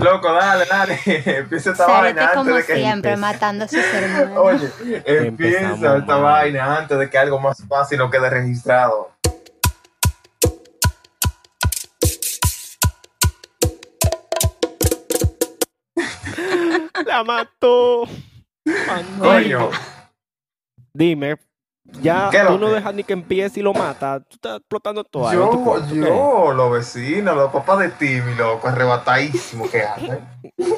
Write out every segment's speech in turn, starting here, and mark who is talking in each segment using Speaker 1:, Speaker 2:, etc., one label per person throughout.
Speaker 1: Loco, dale, dale. Empieza esta
Speaker 2: Cérate
Speaker 1: vaina antes
Speaker 2: como
Speaker 1: de que.
Speaker 2: siempre,
Speaker 1: empiece.
Speaker 2: matando a sus hermanos.
Speaker 1: Oye,
Speaker 3: Empezamos
Speaker 1: empieza esta
Speaker 3: mal.
Speaker 1: vaina antes de que algo más fácil no quede registrado.
Speaker 3: La mató.
Speaker 1: Coño,
Speaker 3: Dime, ya
Speaker 1: ¿Qué
Speaker 3: tú
Speaker 1: lo
Speaker 3: no
Speaker 1: que?
Speaker 3: dejas ni que empiece y lo mata. Tú estás explotando todo. ahí en tu
Speaker 1: yo,
Speaker 3: cuarto, ¿qué?
Speaker 1: yo, los vecinos, los papás de Timmy, loco, arrebatadísimo que andan.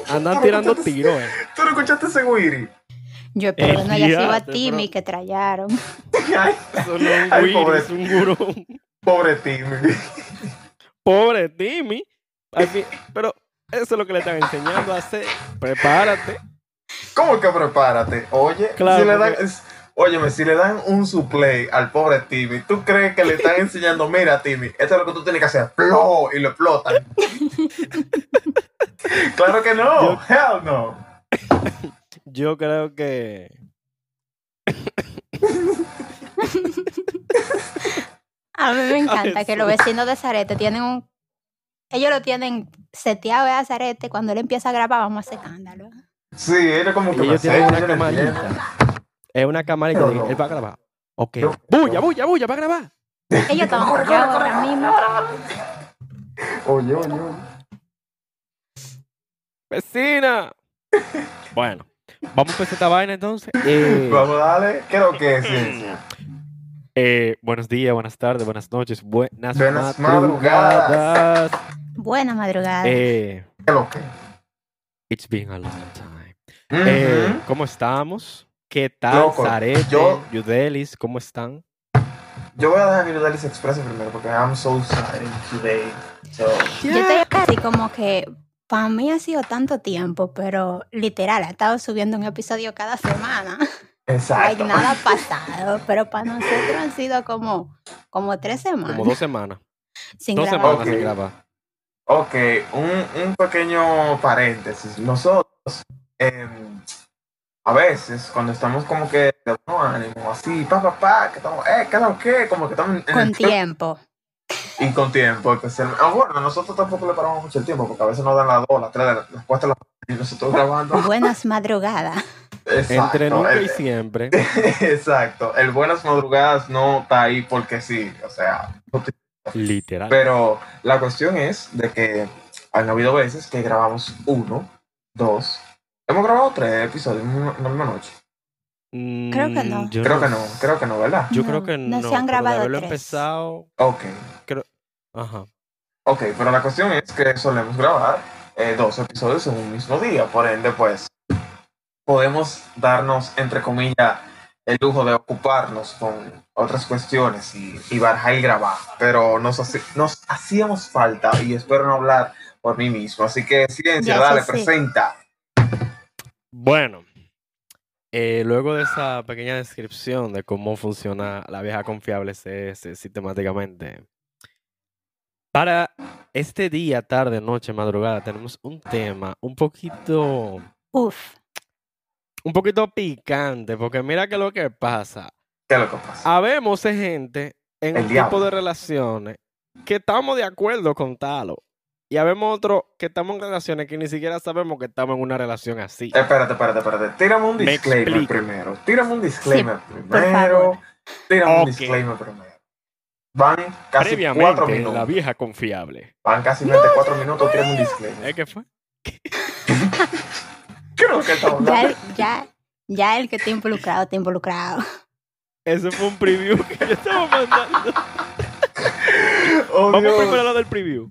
Speaker 3: Andan tirando tiros, eh.
Speaker 1: ¿Tú no escuchaste ese Wiri?
Speaker 2: Yo espero que no haya sido a
Speaker 3: Olvídate,
Speaker 2: Timmy
Speaker 3: pero-
Speaker 2: que trallaron.
Speaker 1: Ay,
Speaker 3: Eso no es un
Speaker 1: Ay,
Speaker 3: güiro,
Speaker 1: pobre.
Speaker 3: es un gurón.
Speaker 1: pobre Timmy.
Speaker 3: Pobre Timmy. Al fin- pero eso es lo que le están enseñando a hacer. Prepárate.
Speaker 1: ¿Cómo que prepárate? Oye,
Speaker 3: Claro,
Speaker 1: si le dan,
Speaker 3: porque-
Speaker 1: es- óyeme, si le dan un suplay al pobre Timmy, ¿tú crees que le están enseñando, mira Timmy, esto es lo que tú tienes que hacer? ¡Plo! Y lo explotan. claro que no,
Speaker 3: Yo-
Speaker 1: hell no.
Speaker 3: Yo creo que.
Speaker 2: A mí me encanta que los
Speaker 3: Jesús.
Speaker 2: vecinos de Zarete tienen un... Ellos lo tienen seteado a Zarete. Cuando él empieza a grabar, vamos a hacer escándalo.
Speaker 1: Sí, era como que me
Speaker 3: ellos tienen
Speaker 1: enseña,
Speaker 3: una
Speaker 1: yo no entiendo.
Speaker 3: camarita. Es una camarita.
Speaker 1: No,
Speaker 3: de-
Speaker 1: no.
Speaker 3: Él va a grabar. Ok.
Speaker 1: No.
Speaker 3: Bulla, bulla, bulla, va a grabar.
Speaker 2: Ellos están
Speaker 1: Corre, corre,
Speaker 2: trallados
Speaker 1: corre.
Speaker 2: ahora mismo.
Speaker 1: Oye, oye, oye.
Speaker 3: Vecina. Bueno, vamos a empezar esta vaina entonces. Eh,
Speaker 1: Vamos, dale. Creo que sí.
Speaker 3: eh, buenos días, buenas tardes, buenas noches, buenas,
Speaker 1: Buenas
Speaker 3: madrugadas.
Speaker 2: Buena madrugada.
Speaker 3: Eh,
Speaker 1: ¿Qué lo que?
Speaker 3: it's been a long time.
Speaker 1: Ujú.
Speaker 3: Eh, ¿Cómo estamos? ¿Qué tal,
Speaker 1: Loco,
Speaker 3: Zarete,
Speaker 1: yo-
Speaker 3: Yudelis? ¿Cómo están?
Speaker 1: Yo voy a dejar mi Ludalis Express primero porque I'm so excited today. So,
Speaker 2: Yo estoy así como que... Para mí ha sido tanto tiempo, pero literal, ha estado subiendo un episodio cada semana. Ay,
Speaker 1: exacto.
Speaker 2: nada ha pasado, pero para nosotros han sido como, como tres semanas
Speaker 3: Como dos semanas.
Speaker 2: sin
Speaker 3: dos
Speaker 2: grabar.
Speaker 3: semanas sin
Speaker 1: Ok.
Speaker 3: grabar.
Speaker 1: Ok, un, un pequeño paréntesis. Nosotros, em, a veces, cuando estamos como que de buen ánimo, así, pa, pa, pa, que estamos, eh, ¿qué lo que? Como que estamos en
Speaker 2: Con
Speaker 1: el trip
Speaker 2: tiempo.
Speaker 1: y con tiempo. especialmente. Ah, bueno, nosotros tampoco le paramos mucho el tiempo, porque a veces nos dan las 2, las 3, las 4, las 5, y nosotros grabando.
Speaker 2: Buenas madrugadas.
Speaker 1: Exacto,
Speaker 3: Entre nunca y
Speaker 1: el-
Speaker 3: siempre.
Speaker 1: exacto. El buenas madrugadas no está ahí porque sí, o sea,
Speaker 3: Literal.
Speaker 1: Pero la cuestión es de que han habido veces que grabamos uno, dos, hemos grabado tres episodios en una en la misma noche.
Speaker 2: Creo que no.
Speaker 3: Mm, Yo
Speaker 1: Creo que no, creo que no, ¿verdad?
Speaker 3: Yo
Speaker 2: No,
Speaker 3: creo que
Speaker 2: no
Speaker 3: no.
Speaker 2: se han
Speaker 3: pero de
Speaker 2: grabado
Speaker 3: haberlo
Speaker 2: tres.
Speaker 3: empezado.
Speaker 1: Ok,
Speaker 3: Ajá.
Speaker 1: ok, pero la cuestión es que solemos grabar eh, dos episodios en un mismo día, por ende, pues podemos darnos, entre comillas, el lujo de ocuparnos con otras cuestiones y, y barajar y grabar, pero nos, hace- nos hacíamos falta y espero no hablar por mí mismo, así que ciencia,
Speaker 2: Ya,
Speaker 1: dale,
Speaker 2: sí, sí.
Speaker 1: presenta.
Speaker 3: Bueno, eh, luego de esa pequeña descripción de cómo funciona la vieja confiable CS sistemáticamente, para este día, tarde, noche, madrugada, tenemos un tema un poquito,
Speaker 2: Uf.
Speaker 3: un poquito picante, porque mira que lo que pasa.
Speaker 1: ¿Qué es lo que pasa?
Speaker 3: Habemos de gente en
Speaker 1: El
Speaker 3: un
Speaker 1: diablo.
Speaker 3: tipo de relaciones que estamos de acuerdo con talo. Y habemos otros que estamos en relaciones que ni siquiera sabemos que estamos en una relación así.
Speaker 1: Eh, Espérate, espérate, espérate. Tírame un
Speaker 3: Me
Speaker 1: disclaimer
Speaker 3: explico.
Speaker 1: primero. Tírame un disclaimer
Speaker 2: favor.
Speaker 1: primero. Tírame un
Speaker 3: Ok.
Speaker 1: disclaimer primero. Van casi cuatro
Speaker 3: Previamente, la
Speaker 1: minutos.
Speaker 3: vieja confiable.
Speaker 1: Van casi 24 minutos. Tírame un
Speaker 3: ¿Eh,
Speaker 1: disclaimer.
Speaker 3: qué fue?
Speaker 1: Creo que está hablando.
Speaker 2: Ya, el- ya, ya el que está involucrado está involucrado.
Speaker 3: Ese fue un preview que yo estaba mandando.
Speaker 1: Oh,
Speaker 3: Vamos
Speaker 1: Dios.
Speaker 3: primero a lo del preview.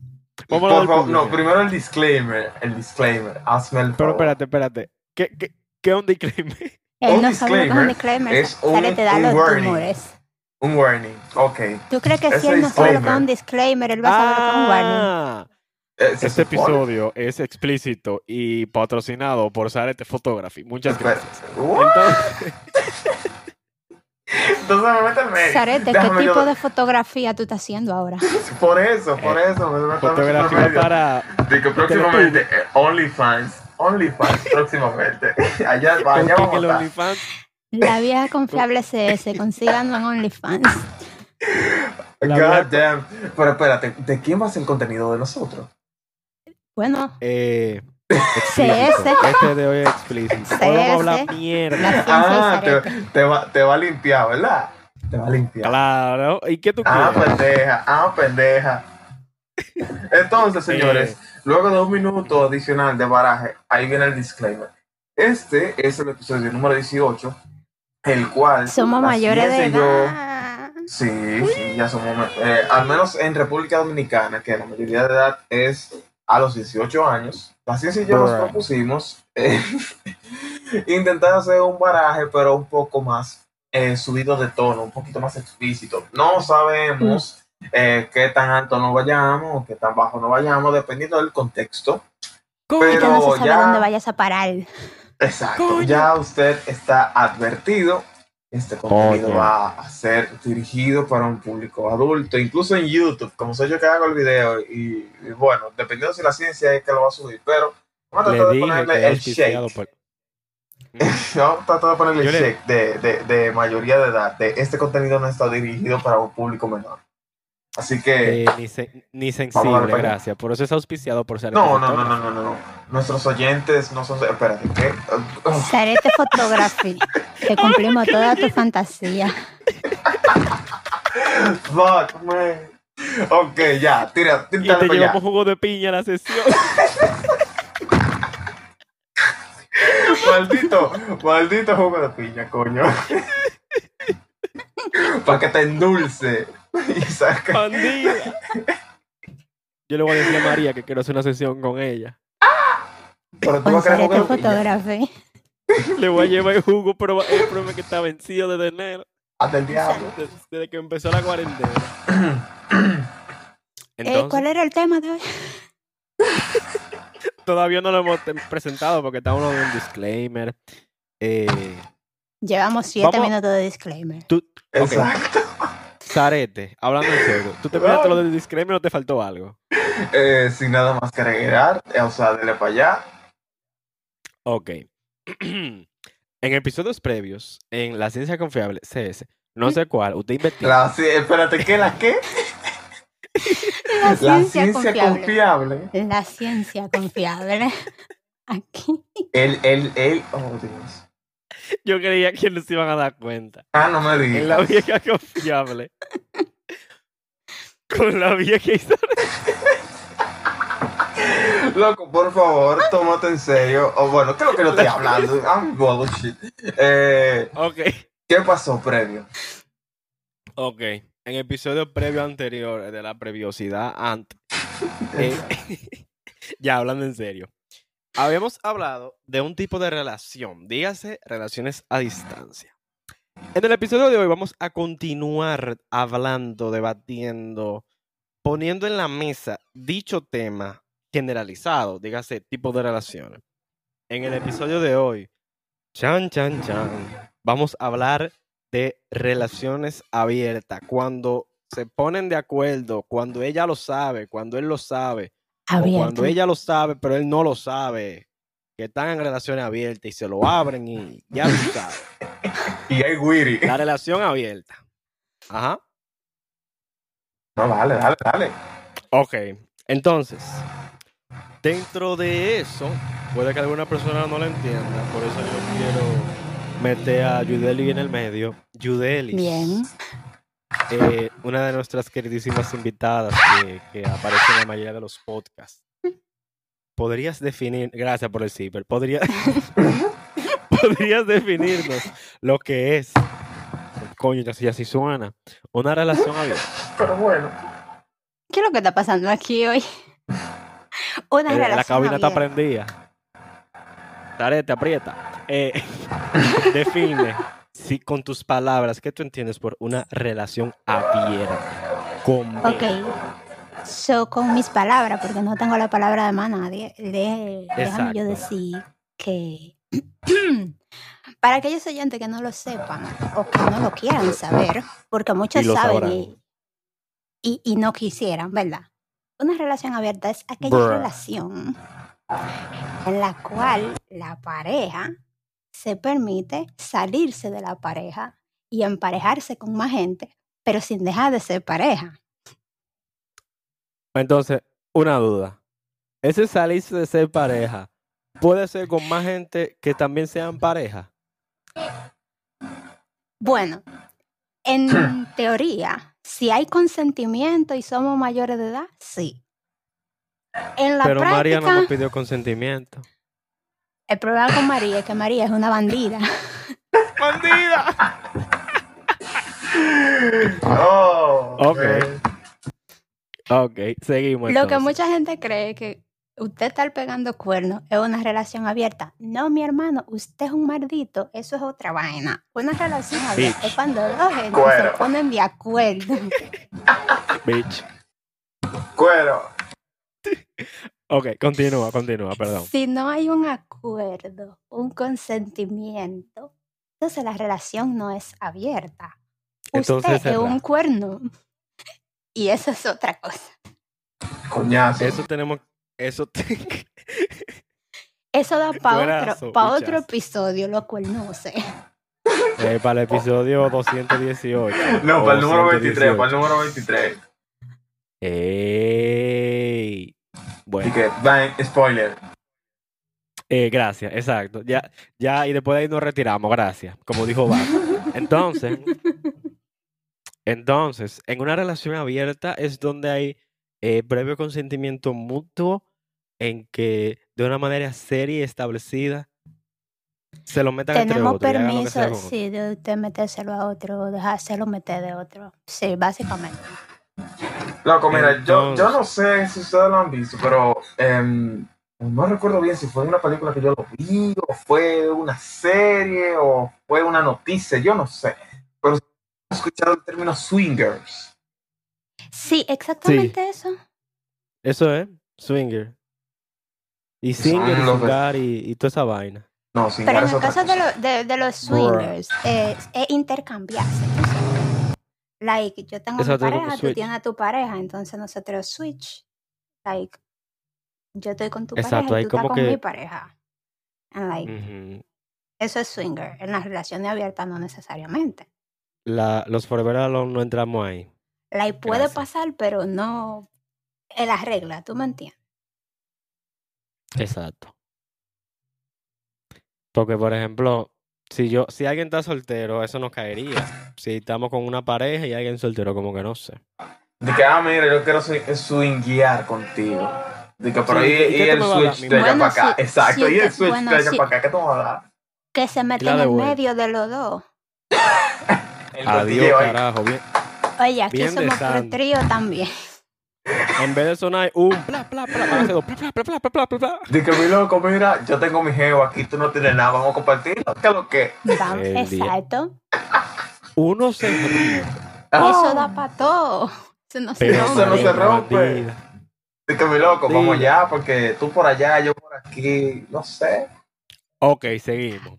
Speaker 3: Vamos
Speaker 1: Por
Speaker 3: a lo del
Speaker 1: favor,
Speaker 3: preview.
Speaker 1: no, primero el disclaimer. El disclaimer. Hazme el
Speaker 3: Pero
Speaker 1: favor.
Speaker 3: espérate, espérate. ¿Qué, qué, qué es un disclaimer?
Speaker 2: Él
Speaker 1: Un
Speaker 2: Eh, no sabe lo que es
Speaker 1: disclaimer
Speaker 2: un disclaimer.
Speaker 1: es un-
Speaker 2: Sale, te da
Speaker 1: un
Speaker 2: los
Speaker 1: warning.
Speaker 2: tumores.
Speaker 1: Un warning. Ok. Eh,
Speaker 2: ¿Tú crees que si
Speaker 1: Ese
Speaker 2: él no sabe lo que es
Speaker 1: disclaimer.
Speaker 2: un disclaimer, él va a saber lo que es un warning?
Speaker 3: Ah,
Speaker 1: Eh, se
Speaker 3: este
Speaker 1: supone-
Speaker 3: episodio es explícito y patrocinado por Zarete Photography. Muchas
Speaker 1: Espera.
Speaker 3: gracias.
Speaker 1: What?
Speaker 3: Entonces,
Speaker 1: Entonces me meto en medio.
Speaker 2: Sarete,
Speaker 1: Déjame
Speaker 2: ¿qué
Speaker 1: yo-
Speaker 2: tipo de fotografía tú estás haciendo ahora?
Speaker 1: Por eso, por eso. Me meto en
Speaker 3: Eh, fotografía
Speaker 1: medio.
Speaker 3: para.
Speaker 1: De que próximamente eh, OnlyFans, OnlyFans próximamente. Allá, va, allá
Speaker 3: Porque
Speaker 1: vamos
Speaker 3: en el
Speaker 1: a estar.
Speaker 3: OnlyFans.
Speaker 2: La vieja confiable CS, consíganlo en OnlyFans.
Speaker 3: la
Speaker 1: God damn. Pero espérate, ¿de quién va a ser el contenido de nosotros?
Speaker 2: Bueno,
Speaker 3: Eh,
Speaker 2: CS.
Speaker 3: explícito. Este de hoy es explícito. Hoy vamos a hablar mierda.
Speaker 2: La
Speaker 1: Ah,
Speaker 2: ciencia y
Speaker 1: te,
Speaker 2: zarete.
Speaker 1: te va, te va a limpiar, ¿verdad? Te va a limpiar.
Speaker 3: Claro. ¿Y qué tú
Speaker 1: Ah,
Speaker 3: quieres?
Speaker 1: pendeja, ah, pendeja. Entonces, señores, luego de un minuto adicional de baraje, ahí viene el disclaimer. Este es el episodio número 18, el cual...
Speaker 2: Somos
Speaker 1: la
Speaker 2: mayores de
Speaker 1: ciencia y yo-
Speaker 2: edad.
Speaker 1: Sí, sí, ya somos... ma- eh, al menos en República Dominicana, que la mayoría de edad es a los 18 años, la ciencia y yo nos
Speaker 3: Bruh.
Speaker 1: propusimos eh, intentar hacer un baraje, pero un poco más eh, subido de tono, un poquito más explícito. No sabemos eh, qué tan alto nos vayamos o qué tan bajo nos vayamos, dependiendo del contexto.
Speaker 3: Coño,
Speaker 2: Y que no
Speaker 1: Pero
Speaker 2: se sabe
Speaker 1: ya-
Speaker 2: dónde vayas a parar.
Speaker 1: Exacto,
Speaker 3: Coño.
Speaker 1: ya usted está advertido. Este contenido
Speaker 3: Coño.
Speaker 1: va a ser dirigido para un público adulto, incluso en YouTube, como soy yo que hago el video. Y, y bueno, dependiendo si la ciencia es que lo va a subir, pero vamos a
Speaker 3: Le
Speaker 1: tratar de
Speaker 3: dije que
Speaker 1: ponerle el
Speaker 3: es auspiciado
Speaker 1: shake.
Speaker 3: por...
Speaker 1: Vamos a tratar de ponerle el
Speaker 3: Yo le-
Speaker 1: shake de, de- de mayoría de edad. De este contenido no está dirigido para un público menor. Así que,
Speaker 3: Eh, ni, sen-
Speaker 1: Vamos a darle
Speaker 3: ni sensible,
Speaker 1: para allá.
Speaker 3: gracias. Por eso es auspiciado por ser
Speaker 1: no, no, no,
Speaker 3: autógrafo.
Speaker 1: no, no, no, no. Nuestros oyentes no son. Espérate, ¿qué?
Speaker 2: Sarete fotografía. Te cumplimos toda tu fantasía.
Speaker 1: Fuck, man. Ok, ya, tira, tira, dale
Speaker 3: Y te
Speaker 1: para allá.
Speaker 3: llevamos jugo de piña a la sesión.
Speaker 1: Maldito, maldito jugo de piña, coño. Para que te endulce. Y saca.
Speaker 3: Bandida. Yo le voy a decir a María que quiero hacer una sesión con ella.
Speaker 1: Pero tú
Speaker 2: Con
Speaker 1: vas a querer
Speaker 2: Sarete
Speaker 1: jugo de piña.
Speaker 2: fotografía.
Speaker 3: Le voy a llevar el jugo, pero el problema es que está vencido desde enero,
Speaker 1: Hasta el diablo.
Speaker 3: desde, desde que empezó la cuarentena.
Speaker 2: Eh,
Speaker 3: Entonces,
Speaker 2: ¿Cuál era el tema de hoy?
Speaker 3: todavía no lo hemos te- presentado porque estamos en un disclaimer. Eh,
Speaker 2: Llevamos siete
Speaker 3: Vamos-
Speaker 2: minutos de disclaimer.
Speaker 1: Exacto.
Speaker 3: Zarete, hablando en serio, ¿tú te miraste lo del disclaimer o te faltó algo?
Speaker 1: Eh, sin nada más que agregar, eh, o sea, dele para allá.
Speaker 3: Ok. en episodios previos, en La Ciencia Confiable, CS, no sé cuál, usted investigó.
Speaker 1: La, ci- espérate, ¿qué? ¿La qué?
Speaker 2: La
Speaker 1: La
Speaker 2: ciencia,
Speaker 1: ciencia
Speaker 2: confiable.
Speaker 1: confiable.
Speaker 2: La ciencia confiable. Aquí.
Speaker 1: El, el, el. Oh, Dios.
Speaker 3: Yo creía que no se iban a dar cuenta.
Speaker 1: Ah, no me
Speaker 3: En la
Speaker 1: digas.
Speaker 3: vieja confiable. Con la vieja hizo.
Speaker 1: Loco, por favor, tómate en serio. O bueno, creo que no estoy hablando. I'm bullshit. Eh,
Speaker 3: Ok.
Speaker 1: ¿Qué pasó previo?
Speaker 3: Ok. En episodio previo anterior de la previosidad antes. eh, ya hablando en serio. Habíamos hablado de un tipo de relación. Dígase relaciones a distancia. En el episodio de hoy vamos a continuar hablando, debatiendo, poniendo en la mesa dicho tema generalizado, dígase tipo de relaciones. En el episodio de hoy, chan, chan, chan, vamos a hablar de relaciones abiertas, cuando se ponen de acuerdo, cuando ella lo sabe, cuando él lo sabe, o
Speaker 2: Abierto.
Speaker 3: cuando ella lo sabe, pero él no lo sabe, que están en relaciones abiertas y se lo abren y ya lo sabe.
Speaker 1: Y hay Wiri.
Speaker 3: La relación abierta. Ajá.
Speaker 1: No, dale, dale, dale.
Speaker 3: Ok, entonces, dentro de eso, puede que alguna persona no lo entienda, por eso yo quiero meter a Yudeli en el medio. Yudeli,
Speaker 2: Bien.
Speaker 3: eh, una de nuestras queridísimas invitadas que, que aparece en la mayoría de los podcasts. ¿Podrías definir, gracias por el ciber, ¿podría, podrías definirnos lo que es, coño, ya así, así suena, una relación abierta?
Speaker 1: Pero bueno.
Speaker 2: ¿Qué es lo que está pasando aquí hoy? Una
Speaker 3: Eh,
Speaker 2: relación
Speaker 3: la cabina está
Speaker 2: abierta.
Speaker 3: prendida. Tarete, aprieta. Eh, define si con tus palabras, ¿qué tú entiendes por una relación abierta? Con
Speaker 2: Ok. So, con mis palabras, porque no tengo la palabra de más nadie, de- déjame yo
Speaker 3: Exacto.
Speaker 2: decir que para aquellos oyentes que no lo sepan o que no lo quieran saber, porque muchos
Speaker 3: Y lo
Speaker 2: saben
Speaker 3: sabrán.
Speaker 2: y, y- y no quisieran, ¿verdad? Una relación abierta es aquella
Speaker 3: Bruh.
Speaker 2: relación en la cual la pareja se permite salirse de la pareja y emparejarse con más gente, pero sin dejar de ser pareja.
Speaker 3: Entonces, una duda. Ese salirse de ser pareja puede ser con más gente que también sean pareja.
Speaker 2: Bueno,
Speaker 3: Hmm.
Speaker 2: en teoría, si hay consentimiento y somos mayores de edad, sí. En la
Speaker 3: Pero María
Speaker 2: práctica,
Speaker 3: no nos pidió consentimiento.
Speaker 2: el problema con María es que María es una bandida.
Speaker 3: ¡Bandida!
Speaker 1: Oh,
Speaker 3: Ok.
Speaker 1: eh,
Speaker 3: Ok, seguimos.
Speaker 2: Lo que
Speaker 3: Pues entonces.
Speaker 2: mucha gente cree que usted estar pegando cuernos es una relación abierta. No, mi hermano, usted es un maldito. Eso es otra vaina. Una relación abierta
Speaker 3: Bitch.
Speaker 2: es cuando dos gente
Speaker 1: Cuero.
Speaker 2: se ponen de acuerdo.
Speaker 3: Bitch.
Speaker 1: Cuero.
Speaker 3: Ok, continúa, continúa, perdón.
Speaker 2: Si no hay un acuerdo, un consentimiento, entonces la relación no es abierta.
Speaker 3: Entonces,
Speaker 2: Usted es
Speaker 3: cerrá.
Speaker 2: un cuerno. Y eso es otra cosa.
Speaker 1: Coñazo.
Speaker 3: Eso tenemos. Eso. te-
Speaker 2: Eso da para
Speaker 3: Cuerazo,
Speaker 2: otro, pa' otro
Speaker 3: bichazo.
Speaker 2: episodio, lo cual no sé.
Speaker 3: Eh, para el episodio 218.
Speaker 1: No,
Speaker 3: o
Speaker 1: para el número 23,
Speaker 3: 118.
Speaker 1: para el número 23.
Speaker 3: ¡Ey!
Speaker 1: Y
Speaker 3: Bueno,
Speaker 1: que, bang, spoiler.
Speaker 3: eh, gracias, exacto. Ya, ya, y después de ahí nos retiramos, gracias. Como dijo Bart. Entonces, entonces, en una relación abierta es donde hay eh, previo consentimiento mutuo en que de una manera seria y establecida se lo metan
Speaker 2: Tenemos
Speaker 3: entre otros. y hagan lo que
Speaker 2: permiso,
Speaker 3: sea con otro.
Speaker 2: sí, de usted metérselo a otro o dejárselo meter de otro. Sí, básicamente.
Speaker 1: Loco, mira, yo, yo
Speaker 3: Entonces.
Speaker 1: no sé si ustedes lo han visto, pero em, no recuerdo bien si fue en una película que yo lo vi, o fue una serie, o fue una noticia, yo no sé. Pero he escuchado el término swingers.
Speaker 2: Sí, exactamente eso.
Speaker 3: Eso es, swinger. Y
Speaker 1: Son
Speaker 3: swinger, y
Speaker 1: los de-
Speaker 3: jugar y, y toda esa vaina.
Speaker 1: No, swingers.
Speaker 2: Pero en
Speaker 1: es
Speaker 2: el
Speaker 1: otra
Speaker 2: caso de,
Speaker 1: cosa.
Speaker 2: lo- de, de los
Speaker 3: Bruh.
Speaker 2: swingers, eh, es intercambiarse. tú sabes. Like, yo tengo
Speaker 3: Exacto,
Speaker 2: mi
Speaker 3: como
Speaker 2: pareja,
Speaker 3: switch.
Speaker 2: tú tienes a tu pareja, entonces nosotros switch. Like, yo estoy con tu
Speaker 3: Exacto,
Speaker 2: pareja
Speaker 3: ahí
Speaker 2: y tú estás
Speaker 3: como
Speaker 2: con
Speaker 3: que- Mm.
Speaker 2: mi pareja. And like,
Speaker 3: Ujú.
Speaker 2: Eso es swinger. En las relaciones abiertas no necesariamente.
Speaker 3: La- los Forever Alone no entramos ahí.
Speaker 2: Like, puede
Speaker 3: Gracias.
Speaker 2: pasar, pero no en las reglas, ¿tú me entiendes?
Speaker 3: Exacto. Porque, por ejemplo, si yo, si alguien está soltero, eso nos caería. Si estamos con una pareja y alguien soltero, como que no sé.
Speaker 1: De que, ah, mira, yo quiero swing- swinguear contigo. De que, pero
Speaker 3: Sí,
Speaker 1: y,
Speaker 3: ¿y qué
Speaker 1: y
Speaker 3: tú
Speaker 1: el
Speaker 3: me vas a dar,
Speaker 1: switch
Speaker 3: mi
Speaker 1: de allá
Speaker 2: amor?
Speaker 1: para acá.
Speaker 2: Bueno, sí,
Speaker 1: Exacto, y
Speaker 2: sí,
Speaker 1: el
Speaker 2: que-
Speaker 1: switch
Speaker 2: bueno,
Speaker 1: de allá
Speaker 2: sí.
Speaker 1: para acá, ¿qué tú me vas a dar?
Speaker 2: que se meten
Speaker 3: la
Speaker 2: en
Speaker 3: de vuelta.
Speaker 2: medio de los dos.
Speaker 1: El
Speaker 3: Adiós,
Speaker 1: cotilleo ahí.
Speaker 3: carajo. bien.
Speaker 2: Oye, aquí
Speaker 3: Bien
Speaker 2: somos pro
Speaker 3: besando.
Speaker 2: trío también.
Speaker 3: En vez de sonar un pla, pla, pla, van a ser dos pla, pla, pla, pla, pla, pla, pla.
Speaker 1: De que mi loco, mira, yo tengo mi geo aquí, tú no tienes nada, vamos a compartirlo. ¿Qué es lo que?
Speaker 2: Vamos,
Speaker 3: El día.
Speaker 2: exacto.
Speaker 3: Uno se ríe,
Speaker 1: Ah,
Speaker 2: Eso da para todo. Eso no se
Speaker 3: ¡Oh! pero
Speaker 1: Eso no
Speaker 2: rompe.
Speaker 1: se
Speaker 3: bandida,
Speaker 1: rompe.
Speaker 3: bandida.
Speaker 1: de que mi loco,
Speaker 3: Sí.
Speaker 1: vamos allá, porque tú por allá, yo por aquí, no sé.
Speaker 3: Ok, seguimos.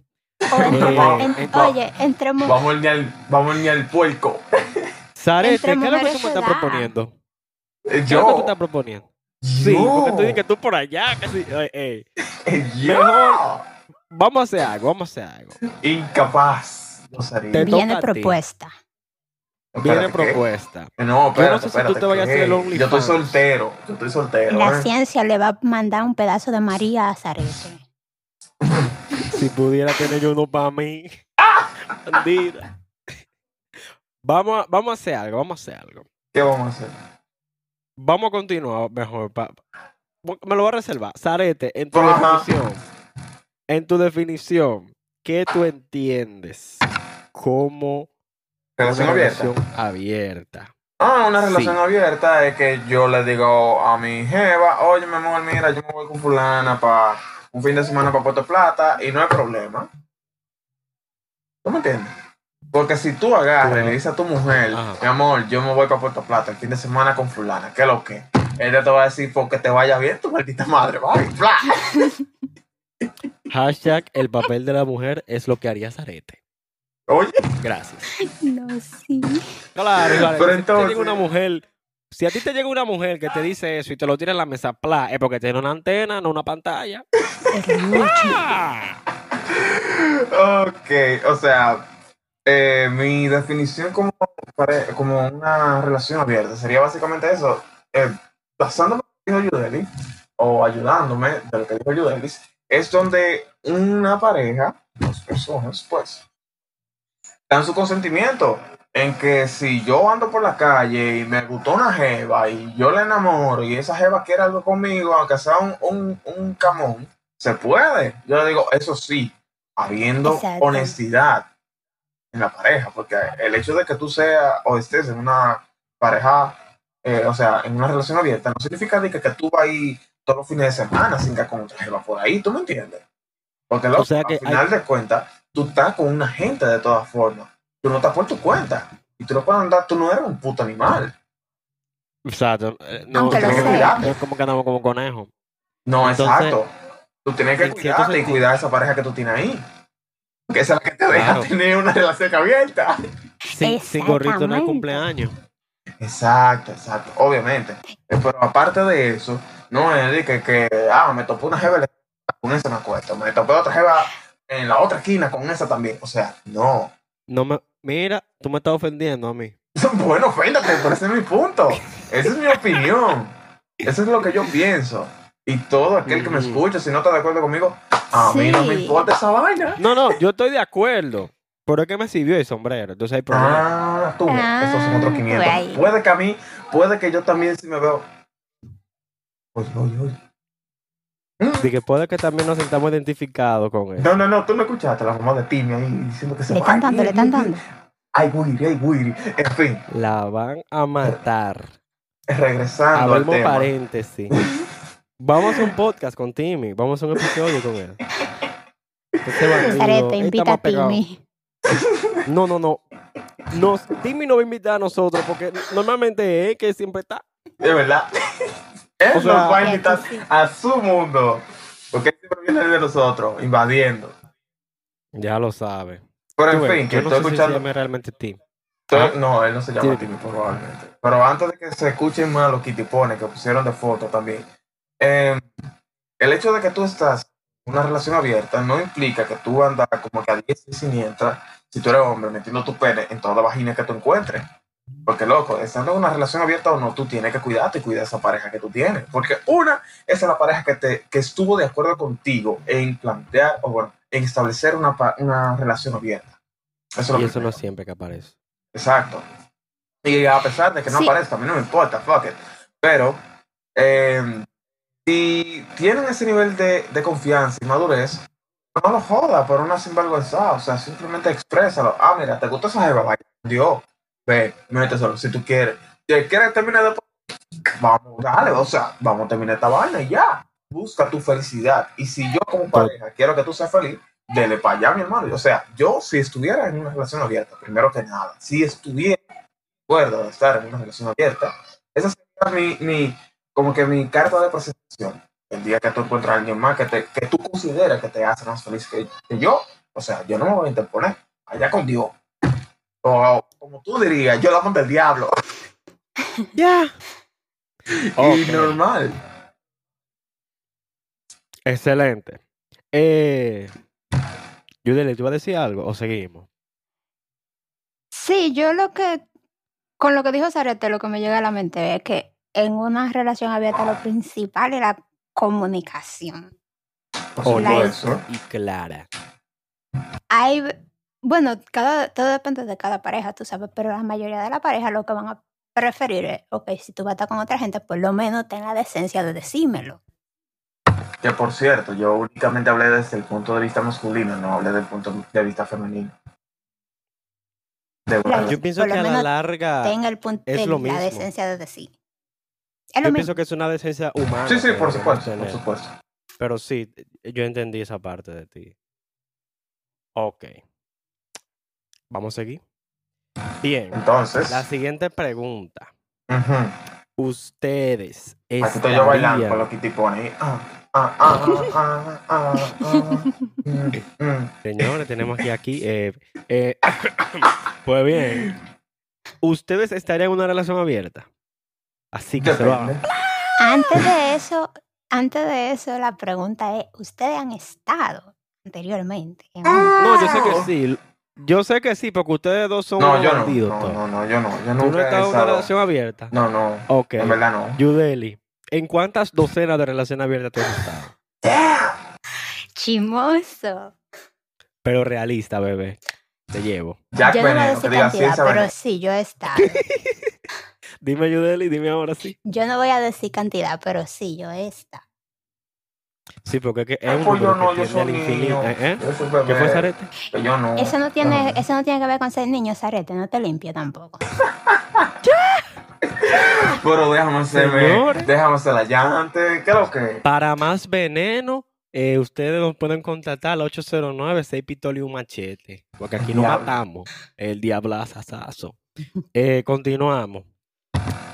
Speaker 2: O entre-
Speaker 1: Eh,
Speaker 2: en-
Speaker 3: eh,
Speaker 2: oye, entre, mu-
Speaker 1: Vamos a ir al, vamos a ir al puerco.
Speaker 3: Sarete, ¿qué
Speaker 2: Entre
Speaker 3: es lo que
Speaker 2: mujeres
Speaker 3: tú me
Speaker 2: se
Speaker 3: estás
Speaker 2: da.
Speaker 3: proponiendo?
Speaker 1: Eh,
Speaker 3: ¿Qué es lo que tú
Speaker 1: Yo.
Speaker 3: estás proponiendo? Sí, porque tú dices que
Speaker 1: Yo.
Speaker 3: tú por allá, casi. Ey, ey.
Speaker 1: eh, Yo.
Speaker 3: Mejor. Vamos a hacer algo, vamos a hacer algo.
Speaker 1: Incapaz. No sería.
Speaker 3: Te-
Speaker 2: viene
Speaker 3: toca a ti.
Speaker 2: propuesta.
Speaker 1: Espérate,
Speaker 3: Viene
Speaker 1: ¿qué?
Speaker 3: propuesta.
Speaker 1: No, espérate,
Speaker 3: Yo no sé si tú
Speaker 1: espérate,
Speaker 3: te vayas a hacer el
Speaker 1: ¿qué?
Speaker 3: OnlyFans.
Speaker 1: Yo estoy soltero, yo estoy soltero.
Speaker 2: La
Speaker 1: ¿eh?
Speaker 2: ciencia le va a mandar un pedazo de María a Zarete.
Speaker 3: Si pudiera tener yo uno para mí. Bandida. Vamos a, vamos a hacer algo, vamos a hacer algo.
Speaker 1: ¿Qué vamos a hacer?
Speaker 3: Vamos a continuar mejor. pa- pa- me lo voy a reservar. Sarete, en tu
Speaker 1: Ajá.
Speaker 3: definición. En tu definición, ¿qué tú entiendes como
Speaker 1: Relación
Speaker 3: una
Speaker 1: abierta.
Speaker 3: relación abierta?
Speaker 1: Ah, una
Speaker 3: Sí.
Speaker 1: relación abierta es que yo le digo a mi jeva, oye, mi amor, mira, yo me voy con fulana para un fin de semana para Puerto Plata y no hay problema. ¿Tú me entiendes? Porque si tú agarras y le dices a tu mujer,
Speaker 3: Ajá.
Speaker 1: mi amor, yo me voy para Puerto Plata el fin de semana con fulana, ¿qué es lo que? Ella te va a decir, porque te vaya bien, tu maldita madre, bye, bla.
Speaker 3: Hashtag el papel de la mujer es lo que haría Sarete.
Speaker 1: Oye,
Speaker 3: Gracias.
Speaker 2: No, sí.
Speaker 3: Claro, claro.
Speaker 1: Pero
Speaker 3: si a ti te
Speaker 1: entonces-
Speaker 3: llega una mujer, si a ti te llega una mujer que te dice eso y te lo tira en la mesa, pla, es porque tiene una antena, no una pantalla. ¡Pla!
Speaker 1: ok, o sea, eh, mi definición como, pare- como una relación abierta sería básicamente eso. Eh, basándome en lo que dijo Yudeli, o ayudándome de lo que dijo Yudelis, es donde una pareja, dos personas, pues, dan su consentimiento en que si yo ando por la calle y me gustó una jeva y yo la enamoro y esa jeva quiere algo conmigo, aunque sea un, un, un camón, se puede. Yo le digo, eso sí, habiendo
Speaker 2: Exacto.
Speaker 1: honestidad en la pareja, porque el hecho de que tú seas o estés en una pareja, eh, o sea, en una relación abierta, no significa de que, que tú vas ahí todos los fines de semana sin que con otra jeva por ahí, ¿tú me entiendes? Porque loco,
Speaker 3: sea que
Speaker 1: al final de cuentas, tú estás con una gente de todas formas tú no estás por tu cuenta. Y tú no puedes andar, tú no eres un puto animal.
Speaker 3: Exacto. eh, No,
Speaker 2: Aunque
Speaker 1: lo
Speaker 3: no,
Speaker 1: sea.
Speaker 3: no es como que andamos como conejos.
Speaker 1: No,
Speaker 3: Entonces,
Speaker 1: exacto. Tú tienes que
Speaker 3: en cierto
Speaker 1: cuidarte y
Speaker 3: sentido-
Speaker 1: cuidar a esa pareja que tú tienes ahí. Que esa es la que te deja
Speaker 3: Claro.
Speaker 1: tener una relación abierta.
Speaker 3: Sin, sin gorrito no hay
Speaker 2: Exactamente.
Speaker 3: cumpleaños.
Speaker 1: Exacto, exacto, obviamente. Eh, Pero aparte de eso, no es de que, que ah, me topé una jeva, con esa me acuesto. Me topé otra jeva en la otra esquina con esa también. O sea, no.
Speaker 3: No me, mira, tú me estás ofendiendo a mí.
Speaker 1: Bueno, oféndate, pero ese es mi punto. Esa es mi opinión. Eso es lo que yo pienso. Y todo aquel que me
Speaker 3: Mm.
Speaker 1: escucha, si no está de acuerdo conmigo, a mí no me
Speaker 2: Sí.
Speaker 1: importa esa vaina.
Speaker 3: No, no, yo estoy de acuerdo. Pero es que me sirvió el sombrero, entonces hay problema.
Speaker 1: Ah, tú, ves,
Speaker 2: Ah,
Speaker 1: esos son otros
Speaker 2: tú
Speaker 1: 500.
Speaker 2: ahí.
Speaker 1: Puede que a mí, puede que yo también si me veo. Oye, oye, oye. Mm.
Speaker 3: Así que puede que también nos sentamos identificados con él.
Speaker 1: No, no, no, tú no escuchaste a la mamá de Timmy ahí diciendo que se
Speaker 2: Le
Speaker 1: va.
Speaker 2: están dando, le están dando.
Speaker 1: Ay, Wiri, ay, Wiri. En fin,
Speaker 3: La van a matar.
Speaker 1: regresando al
Speaker 3: Abrimos
Speaker 1: tema.
Speaker 3: paréntesis. Vamos a un podcast con Timmy. Vamos a un episodio con él. Este bandido,
Speaker 2: Sarete,
Speaker 3: él está
Speaker 2: invita
Speaker 3: más
Speaker 2: a
Speaker 3: pegado.
Speaker 2: Timmy.
Speaker 3: No, no, no. Nos- Timmy no va a invitar a nosotros porque normalmente es él que siempre está.
Speaker 1: De verdad. Él
Speaker 3: O
Speaker 1: nos
Speaker 3: sea,
Speaker 1: va a
Speaker 2: Ya,
Speaker 1: invitar
Speaker 2: sí.
Speaker 1: a su mundo. Porque él siempre viene de nosotros, invadiendo.
Speaker 3: Ya lo sabe.
Speaker 1: Pero
Speaker 3: Tú
Speaker 1: en
Speaker 3: ves,
Speaker 1: fin, que
Speaker 3: yo no
Speaker 1: estoy
Speaker 3: sé si se
Speaker 1: escuchando.
Speaker 3: llama realmente Tim.
Speaker 1: estoy- no, él no se llama
Speaker 3: Ah. Sí.
Speaker 1: Timmy, probablemente. Pero antes de que se escuchen más los kitipones que pusieron de foto también. eh, el hecho de que tú estás en una relación abierta no implica que tú andas como que a diestra y siniestra, si tú eres hombre, metiendo tu pene en toda la vagina que tú encuentres. Porque, loco, estando en una relación abierta o no, tú tienes que cuidarte y cuidar esa pareja que tú tienes. Porque una, esa es la pareja que, te, que estuvo de acuerdo contigo en plantear, o bueno, en establecer una, pa- una relación abierta. Eso es lo
Speaker 3: Y
Speaker 1: que
Speaker 3: eso no es siempre que aparece.
Speaker 1: Exacto. Y a pesar de que no
Speaker 2: Sí.
Speaker 1: aparezca, a mí no me importa, fuck it. Pero, eh, si tienen ese nivel de, de confianza y madurez, no lo joda por una sinvergüenza. O sea, simplemente exprésalo. Ah, mira, ¿te gusta esa jeva? Vaya, Dios, ve, méteselo si tú quieres. Si quieres terminar de... Vamos, dale, o sea, vamos a terminar esta vaina y ya. Busca tu felicidad. Y si yo como pareja quiero que tú seas feliz, dele para allá, mi hermano. O sea, yo si estuviera en una relación abierta, primero que nada, si estuviera de acuerdo de estar en una relación abierta, esa sería mi, mi- como que mi carta de presentación. El día que tú encuentras a alguien más que, te, que tú consideras que te hace más feliz que, que yo, o sea, yo no me voy a interponer. Allá con Dios. O como tú dirías, yo la mando del diablo.
Speaker 3: Ya.
Speaker 1: Y normal.
Speaker 3: Excelente. Eh, Yudele, ¿tú vas a decir algo o seguimos?
Speaker 2: Sí, yo lo que, con lo que dijo Sarete, lo que me llega a la mente es que en una relación abierta lo principal es la comunicación.
Speaker 1: Por
Speaker 3: Hola.
Speaker 1: supuesto.
Speaker 3: Y Clara.
Speaker 2: Hay, bueno, cada, todo depende de cada pareja, tú sabes, pero la mayoría de la pareja lo que van a preferir es, ok, si tú vas a estar con otra gente, por lo menos ten la decencia de decírmelo.
Speaker 1: Que por cierto, yo únicamente hablé desde el punto de vista masculino, no hablé del punto de vista femenino. De
Speaker 2: Claro,
Speaker 1: verdad.
Speaker 3: Yo pienso
Speaker 2: por
Speaker 3: que
Speaker 2: lo
Speaker 3: a la
Speaker 2: menos
Speaker 3: larga.
Speaker 2: Ten el punto
Speaker 3: Ah, es
Speaker 2: de
Speaker 3: lo
Speaker 2: la
Speaker 3: mismo.
Speaker 2: decencia de decir. Es lo
Speaker 3: Yo
Speaker 2: mismo.
Speaker 3: pienso que es una decencia humana.
Speaker 1: Sí, sí,
Speaker 3: que
Speaker 1: por
Speaker 3: debemos
Speaker 1: supuesto, por
Speaker 3: tener.
Speaker 1: supuesto.
Speaker 3: Pero sí, yo entendí esa parte de ti. Ok. Vamos a seguir. Bien.
Speaker 1: Entonces,
Speaker 3: La siguiente pregunta.
Speaker 1: ujú,
Speaker 3: Ustedes.
Speaker 1: aquí estoy yo bailando con
Speaker 3: estarían-
Speaker 1: los kitipones. Ah, ah, ah, ah, ah, ah, mm, mm.
Speaker 3: Señores, tenemos aquí aquí. eh, eh, pues bien, ustedes estarían en una relación abierta. Así que se lo hagan.
Speaker 1: Depende.
Speaker 2: Antes de eso, antes de eso, la pregunta es, ¿ustedes han estado anteriormente? en una?
Speaker 3: No, yo sé que sí. Yo sé que sí, porque ustedes dos son
Speaker 1: No,
Speaker 3: unos
Speaker 1: yo no.
Speaker 3: bandidos,
Speaker 1: No,
Speaker 3: todos.
Speaker 1: no, no, yo no. Yo
Speaker 3: Tú no
Speaker 1: nunca he
Speaker 3: estás en una
Speaker 1: estado.
Speaker 3: relación abierta.
Speaker 1: No, no,
Speaker 3: Ok.
Speaker 1: en verdad no.
Speaker 3: Yudeli, ¿En cuántas docenas de relación abierta te has estado?
Speaker 2: Chimoso.
Speaker 3: Pero realista, bebé. Te llevo.
Speaker 1: Jack
Speaker 2: yo no voy a
Speaker 1: Veneno, que
Speaker 2: decir
Speaker 1: diga
Speaker 2: cantidad,
Speaker 1: ciencia
Speaker 2: pero
Speaker 1: veneno.
Speaker 2: sí, yo he estado.
Speaker 3: Dime, Yudeli, dime ahora sí.
Speaker 2: Yo no voy a decir cantidad, pero sí, yo he estado.
Speaker 3: Sí, porque es, que es
Speaker 1: Ay,
Speaker 3: un
Speaker 1: pues yo
Speaker 3: número
Speaker 1: no,
Speaker 3: que
Speaker 1: yo
Speaker 3: tiende
Speaker 1: soy
Speaker 3: al infinito.
Speaker 1: niño.
Speaker 3: ¿Eh? ¿Eh?
Speaker 1: Yo soy bebé,
Speaker 3: ¿Qué fue, Zarete?
Speaker 1: que yo no.
Speaker 2: Eso no
Speaker 1: Ajá.
Speaker 2: tiene, eso no tiene que ver con ser niño, Sarete, no te limpio tampoco.
Speaker 1: Pero déjame hacerme,
Speaker 3: Señores.
Speaker 1: déjame hacer la llante, ¿qué es lo que?
Speaker 3: Para más veneno, eh, ustedes nos pueden contactar al 809-6 pistol y un machete. Porque aquí no
Speaker 1: Diablo.
Speaker 3: matamos. El diablazazazo. Eh, continuamos.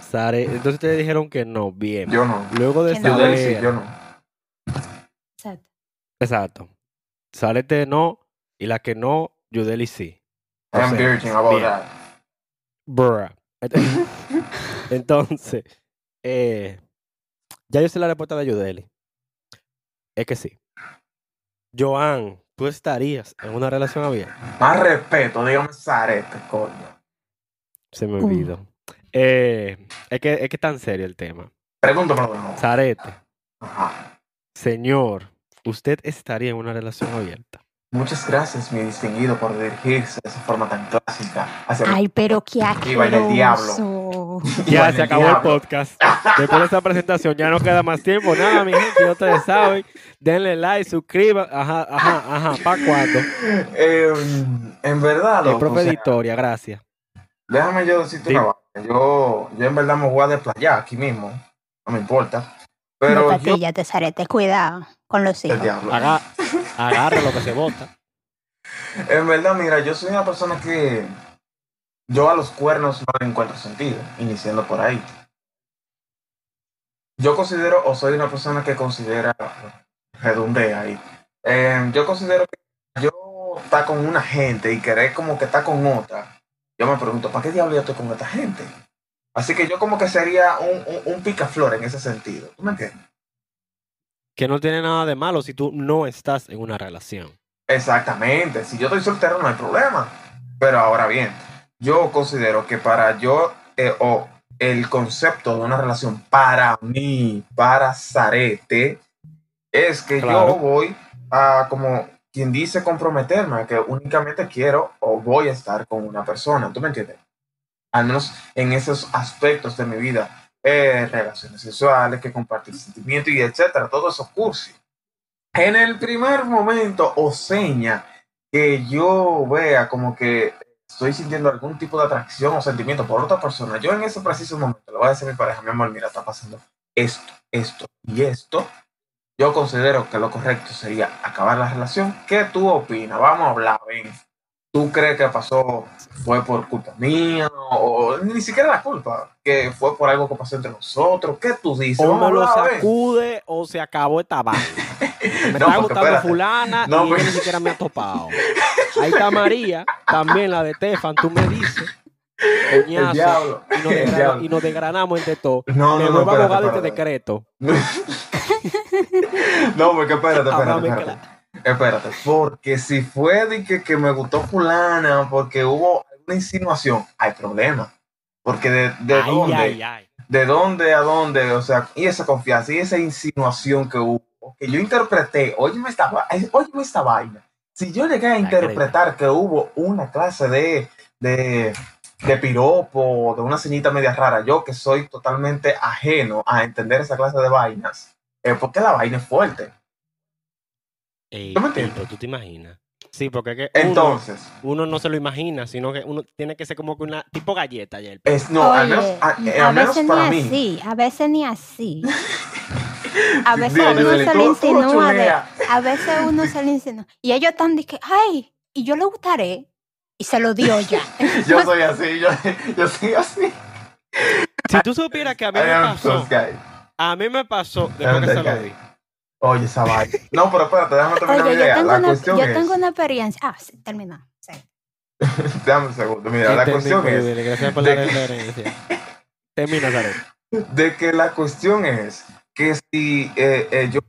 Speaker 3: Sare- entonces ustedes dijeron que no. Bien.
Speaker 1: Yo no.
Speaker 3: Luego de
Speaker 2: Que no.
Speaker 1: Yo,
Speaker 3: saber...
Speaker 1: Deli, sí, yo no.
Speaker 2: Exacto.
Speaker 3: Exacto. Sarete no. Y la que no, Yudeli sí. O
Speaker 1: I'm
Speaker 3: sea,
Speaker 1: virgin about
Speaker 3: bien.
Speaker 1: that.
Speaker 3: Bruh. Entonces, eh, ya yo sé la respuesta de Yudeli. Es que sí. Joan, tú estarías en una relación abierta.
Speaker 1: Más respeto, dígame Zarete, coño.
Speaker 3: Se me
Speaker 2: Uh.
Speaker 3: olvidó. Eh, es, que, es que es tan serio el tema.
Speaker 1: Pregúntame de nuevo.
Speaker 3: Zarete,
Speaker 1: Ajá.
Speaker 3: señor, usted estaría en una relación abierta.
Speaker 1: Muchas gracias, mi distinguido, por dirigirse de esa forma tan clásica. Hacia mí.
Speaker 2: Ay, pero qué
Speaker 1: Viva el diablo.
Speaker 2: asqueroso.
Speaker 1: Viva
Speaker 3: Ya
Speaker 1: el
Speaker 3: se acabó el
Speaker 1: diablo.
Speaker 3: podcast. Después de esta presentación ya no queda más tiempo. Nada, mi gente, ya ustedes saben. Denle like, suscriban. Ajá, ajá, ajá. ¿Para cuándo?
Speaker 1: Eh, en verdad,
Speaker 3: El
Speaker 1: loco,
Speaker 3: profe
Speaker 1: o sea,
Speaker 3: de historia, gracias.
Speaker 1: déjame yo decirte
Speaker 3: Sí.
Speaker 1: una vaina. Yo, yo en verdad me voy a desplayar aquí mismo. No me importa.
Speaker 2: No,
Speaker 1: Pero yo...
Speaker 2: patilla, te sarete, cuidado con los
Speaker 1: El
Speaker 2: hijos.
Speaker 1: diablo.
Speaker 3: Aga- agarra lo que se bota.
Speaker 1: En verdad, mira, yo soy una persona que yo a los cuernos no le encuentro sentido, iniciando por ahí. Yo considero, o soy una persona que considera, redondea ahí, Eh, yo considero que yo estar con una gente y querer como que estar con otra, yo me pregunto, ¿para qué diablo yo estoy con esta gente? Así que yo como que sería un, un, un picaflor en ese sentido, ¿tú me entiendes?
Speaker 3: Que no tiene nada de malo si tú no estás en una relación.
Speaker 1: Exactamente, si yo estoy soltero no hay problema. Pero ahora bien, yo considero que para yo, eh, o el concepto de una relación para mí, para Zarete, es que
Speaker 3: Claro.
Speaker 1: yo voy a, como quien dice, comprometerme a que únicamente quiero o voy a estar con una persona, ¿tú me entiendes? Al menos en esos aspectos de mi vida, eh, relaciones sexuales, que compartir sentimientos y etcétera, todo eso cursi. En el primer momento o seña que yo vea como que estoy sintiendo algún tipo de atracción o sentimiento por otra persona, yo en ese preciso momento le voy a decir a mi pareja, mi amor, mira, está pasando esto, esto y esto. Yo considero que lo correcto sería acabar la relación. ¿Qué tú opinas? Vamos a hablar, ven. ¿Tú crees que pasó fue por culpa mía o, o ni siquiera la culpa, que fue por algo que pasó entre nosotros? ¿Qué tú dices?
Speaker 3: O
Speaker 1: Vamos a
Speaker 3: me lo
Speaker 1: hablar, ven.
Speaker 3: sacude o se acabó esta vaina.
Speaker 1: No,
Speaker 3: Me está
Speaker 1: porque
Speaker 3: gustando
Speaker 1: espérate.
Speaker 3: fulana
Speaker 1: No,
Speaker 3: y
Speaker 1: porque-
Speaker 3: ella ni siquiera me ha topado. Ahí está María, también la de Tefan, tú me dices.
Speaker 1: El
Speaker 3: Coñazo.
Speaker 1: diablo.
Speaker 3: Y nos,
Speaker 1: El
Speaker 3: desgrana-
Speaker 1: diablo.
Speaker 3: y nos desgranamos entre todos.
Speaker 1: No,
Speaker 3: me
Speaker 1: no, no,
Speaker 3: vuelvo
Speaker 1: espérate,
Speaker 3: abogado y te
Speaker 1: espérate.
Speaker 3: este decreto.
Speaker 1: No, porque espérate, espérate,
Speaker 3: Háblame
Speaker 1: espérate. Espérate, porque si fue de que, que me gustó fulana, porque hubo una insinuación, hay problema. Porque de, de
Speaker 3: ay,
Speaker 1: dónde,
Speaker 3: ay, ay.
Speaker 1: de dónde a dónde, o sea, y esa confianza, y esa insinuación que hubo, que yo interpreté, óyeme esta, va- ay, óyeme esta vaina. Si yo llegué a interpretar que hubo una clase de, de, de piropo, de una ceñita media rara, yo que soy totalmente ajeno a entender esa clase de vainas, es porque la vaina es fuerte.
Speaker 3: Ey,
Speaker 1: ¿Tú me entiendes?
Speaker 3: pero tú te imaginas. Sí, porque es que uno-
Speaker 1: Entonces.
Speaker 3: uno, no se lo imagina, sino que uno tiene que ser como que una tipo galleta ya el
Speaker 1: Es, no, al menos,
Speaker 2: Oye,
Speaker 1: a, eh,
Speaker 2: a
Speaker 1: al menos
Speaker 2: veces
Speaker 1: para
Speaker 2: ni
Speaker 1: mí.
Speaker 2: así, a veces ni así. A veces
Speaker 1: Dile,
Speaker 2: uno
Speaker 1: dile,
Speaker 2: se
Speaker 1: tú- tú
Speaker 2: lo
Speaker 1: lo
Speaker 2: insinúa, de-
Speaker 1: chulea.
Speaker 2: a veces uno se lo insinúa. Y ellos están de que, ay, y yo le gustaré. Y se lo dio ya.
Speaker 1: Yo soy así, yo, yo soy así.
Speaker 3: Si tú supieras que a mí
Speaker 1: I
Speaker 3: me
Speaker 1: am
Speaker 3: pasó,
Speaker 1: those guys.
Speaker 3: a mí me pasó
Speaker 1: I am
Speaker 3: después que se
Speaker 1: that
Speaker 3: lo
Speaker 1: guy.
Speaker 3: di.
Speaker 1: Oye, esa vaina. No, pero espérate, déjame terminar
Speaker 2: Oye,
Speaker 1: mi
Speaker 2: yo
Speaker 1: idea.
Speaker 2: tengo,
Speaker 1: La
Speaker 2: una,
Speaker 1: cuestión
Speaker 2: yo
Speaker 1: es.
Speaker 2: tengo una experiencia. Ah, sí, termina. Sí.
Speaker 1: Dame un segundo, mira, la
Speaker 3: Entendí,
Speaker 1: cuestión es.
Speaker 3: Fidel, Gracias por
Speaker 1: de
Speaker 3: la
Speaker 1: que-
Speaker 3: referencia. Termina, Zaret.
Speaker 1: de que la cuestión es que si eh, eh, yo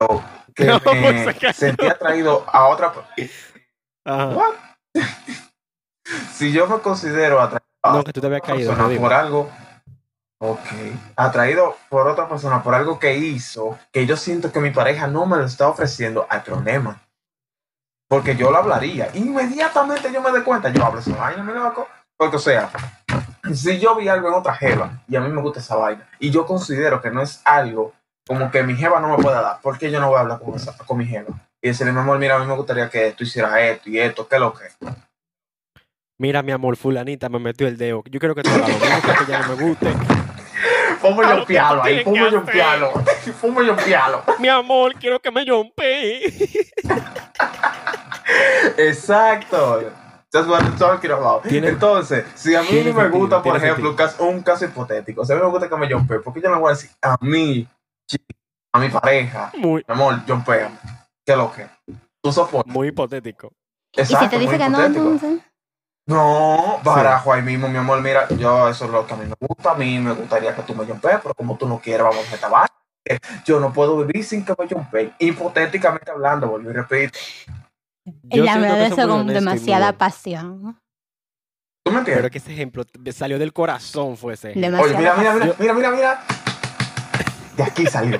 Speaker 1: o que
Speaker 3: No,
Speaker 1: me
Speaker 3: se cayó.
Speaker 1: sentí atraído a otra
Speaker 3: Ajá.
Speaker 1: What? si yo me considero atraído a
Speaker 3: No,
Speaker 1: otra
Speaker 3: que tú te habías caído.
Speaker 1: persona
Speaker 3: Rodrigo.
Speaker 1: por algo Ok. Atraído por otra persona, por algo que hizo, que yo siento que mi pareja no me lo está ofreciendo, hay problema. Porque yo lo hablaría. Inmediatamente yo me doy cuenta, yo hablo esa vaina, mi loco. Porque, o sea, si yo vi algo en otra jeva y a mí me gusta esa vaina, y yo considero que no es algo como que mi jeva no me pueda dar, porque yo no voy a hablar con, esa- con mi jeva? Y decirle, mi amor, mira, a mí me gustaría que tú hicieras esto y esto, ¿qué es lo que?
Speaker 3: Mira, mi amor, fulanita me metió el dedo. Yo quiero que tú hagas lo mismo que a ella no me guste.
Speaker 1: Pongo
Speaker 3: Claro
Speaker 1: yo
Speaker 3: que
Speaker 1: un pialo
Speaker 3: tú
Speaker 1: ahí,
Speaker 3: tienes
Speaker 1: pongo
Speaker 3: que
Speaker 1: yo un
Speaker 3: hacer.
Speaker 1: pialo, pongo yo un pialo.
Speaker 3: Mi amor, quiero que me jompe.
Speaker 1: Exacto. That's what I'm talking about.
Speaker 3: Tiene-
Speaker 1: Entonces, si a mí
Speaker 3: tiene
Speaker 1: me
Speaker 3: sentido,
Speaker 1: gusta, por
Speaker 3: tiene
Speaker 1: ejemplo, un caso, un caso hipotético, si a mí me gusta que me jumpe, ¿por qué yo no voy a decir a mi chica, a mi pareja,
Speaker 3: Muy,
Speaker 1: mi amor, jumpea? ¿Qué es lo que? Tú soportas.
Speaker 3: muy hipotético.
Speaker 2: Y si te
Speaker 1: muy
Speaker 2: dice que no,
Speaker 1: hipotético.
Speaker 2: entonces.
Speaker 1: No, barajo ahí mismo, mi amor. Mira, yo eso es lo que a mí me gusta. A mí me gustaría que tú me jumpees, pero como tú no quieres, vamos a esta vaina. Yo no puedo vivir sin que me jumpeen. Hipotéticamente hablando, vuelvo y repito.
Speaker 2: Y la
Speaker 3: siento
Speaker 2: verdad,
Speaker 3: que
Speaker 2: eso
Speaker 3: soy muy
Speaker 2: con
Speaker 3: honesto y muy
Speaker 2: demasiada
Speaker 3: bueno.
Speaker 2: pasión.
Speaker 1: ¿Tú me entiendes?
Speaker 3: Pero que ese ejemplo t- me salió del corazón, fue ese. ejemplo.
Speaker 1: Oye, mira, mira,
Speaker 2: Demasiada
Speaker 1: mira,
Speaker 3: Yo-
Speaker 1: mira, mira, mira. De aquí salió.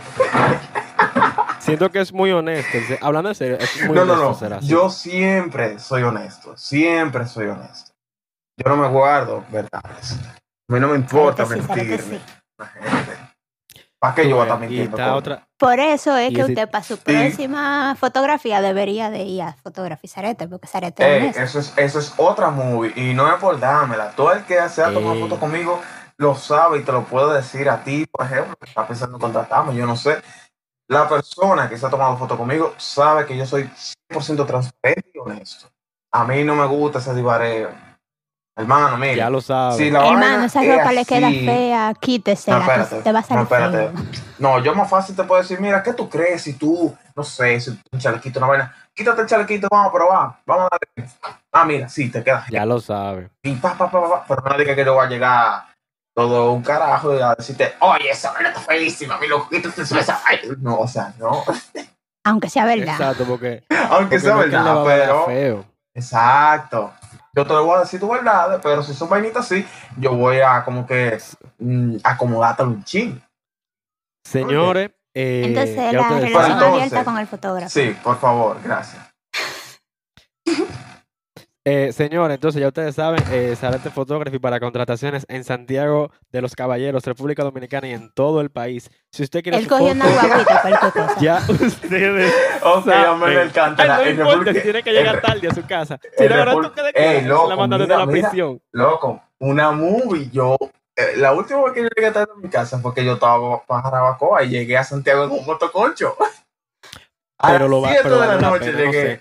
Speaker 3: Siento que es muy honesto. en se- Hablando en serio, es muy
Speaker 1: no, no,
Speaker 3: honesto
Speaker 1: no.
Speaker 3: ser así.
Speaker 1: Yo siempre soy honesto. Siempre soy honesto. Yo no me guardo verdades. A mí no me
Speaker 2: pasión.
Speaker 1: importa
Speaker 2: Claro que sí, claro que
Speaker 1: mentirme.
Speaker 2: sí.
Speaker 1: a la gente. ¿Para qué yo voy a estar
Speaker 3: Y
Speaker 1: mintiendo?
Speaker 3: está
Speaker 1: coño?
Speaker 3: otra.
Speaker 2: Por eso es
Speaker 3: Y
Speaker 2: que
Speaker 3: ese-
Speaker 2: usted para su
Speaker 1: Sí.
Speaker 2: próxima fotografía debería de ir a fotografizar este, porque Sarete
Speaker 1: Ey,
Speaker 2: es honesto.
Speaker 1: Eh, eso, es, eso es otra movie. Y no es por dármela. Todo el que se ha tomado
Speaker 3: Ey.
Speaker 1: fotos conmigo lo sabe y te lo puedo decir a ti, por ejemplo, que está pensando en contratarme. Yo no sé. La persona que se ha tomado fotos conmigo sabe que yo soy 100% transparente y honesto. A mí no me gusta ese divareo. Hermano, mira.
Speaker 3: Ya lo sabes.
Speaker 1: si la
Speaker 2: Hermano,
Speaker 1: vaina
Speaker 2: esa
Speaker 1: es
Speaker 2: ropa le queda
Speaker 1: así,
Speaker 2: fea, quítesela,
Speaker 1: No,
Speaker 2: que
Speaker 1: espérate,
Speaker 2: te va a salir
Speaker 1: no, espérate.
Speaker 2: feo.
Speaker 1: No, yo más fácil te puedo decir, mira, ¿qué tú crees si tú, no sé, si un chalequito, una vaina? Quítate el chalequito, vamos a probar, vamos a darle. Ah, mira, sí, te queda
Speaker 3: Ya lo sabes.
Speaker 1: y pa, pa, pa, pa, pa, pero no diga que yo voy a llegar todo un carajo y a decirte, oye, esa vaina está feísima, mi loco, quítate eso, esa vaina. No, o sea, no.
Speaker 2: Aunque sea verdad.
Speaker 3: Exacto, porque.
Speaker 1: Aunque
Speaker 3: porque
Speaker 1: sea
Speaker 3: no es que le
Speaker 1: verdad,
Speaker 3: va a hablar
Speaker 1: pero.
Speaker 3: feo.
Speaker 1: Exacto. Yo te lo voy a decir tu verdad, pero si son vainitas así, yo voy a como que mm, acomodarte un ching.
Speaker 3: Señores. Eh,
Speaker 2: Entonces,
Speaker 3: ya
Speaker 2: la
Speaker 3: ustedes
Speaker 2: relación
Speaker 3: saben.
Speaker 1: Entonces-
Speaker 2: abierta con el fotógrafo.
Speaker 1: Sí, por favor, gracias.
Speaker 3: Eh, señores, entonces ya ustedes saben, eh, Sarate Photography para contrataciones en Santiago de los Caballeros, República Dominicana y en todo el país. Si usted quiere
Speaker 2: Él
Speaker 3: su
Speaker 2: cogió
Speaker 3: foto,
Speaker 2: una guaguita, cualquier cosa.
Speaker 3: ya ustedes
Speaker 1: Ok,
Speaker 3: saben.
Speaker 1: hombre, me encanta.
Speaker 3: eh, Ay, Ah,
Speaker 1: la-
Speaker 3: no
Speaker 1: en
Speaker 3: importa,
Speaker 1: República-
Speaker 3: si tiene que llegar
Speaker 1: en-
Speaker 3: tarde a su casa. Si
Speaker 1: en
Speaker 3: no, ahora tú
Speaker 1: República-
Speaker 3: que le
Speaker 1: Ey,
Speaker 3: quieres, se la
Speaker 1: loco,
Speaker 3: mandan desde
Speaker 1: mira,
Speaker 3: la
Speaker 1: mira.
Speaker 3: prisión.
Speaker 1: Loco, una movie. Yo, eh, la última vez que yo llegué tarde a mi casa fue que yo estaba para Jarabacoa y llegué a Santiago en un motoconcho. A
Speaker 3: Pero
Speaker 1: las
Speaker 3: lo va-
Speaker 1: 7
Speaker 3: pero
Speaker 1: de la
Speaker 3: valió la
Speaker 1: noche
Speaker 3: pena, no
Speaker 1: llegué.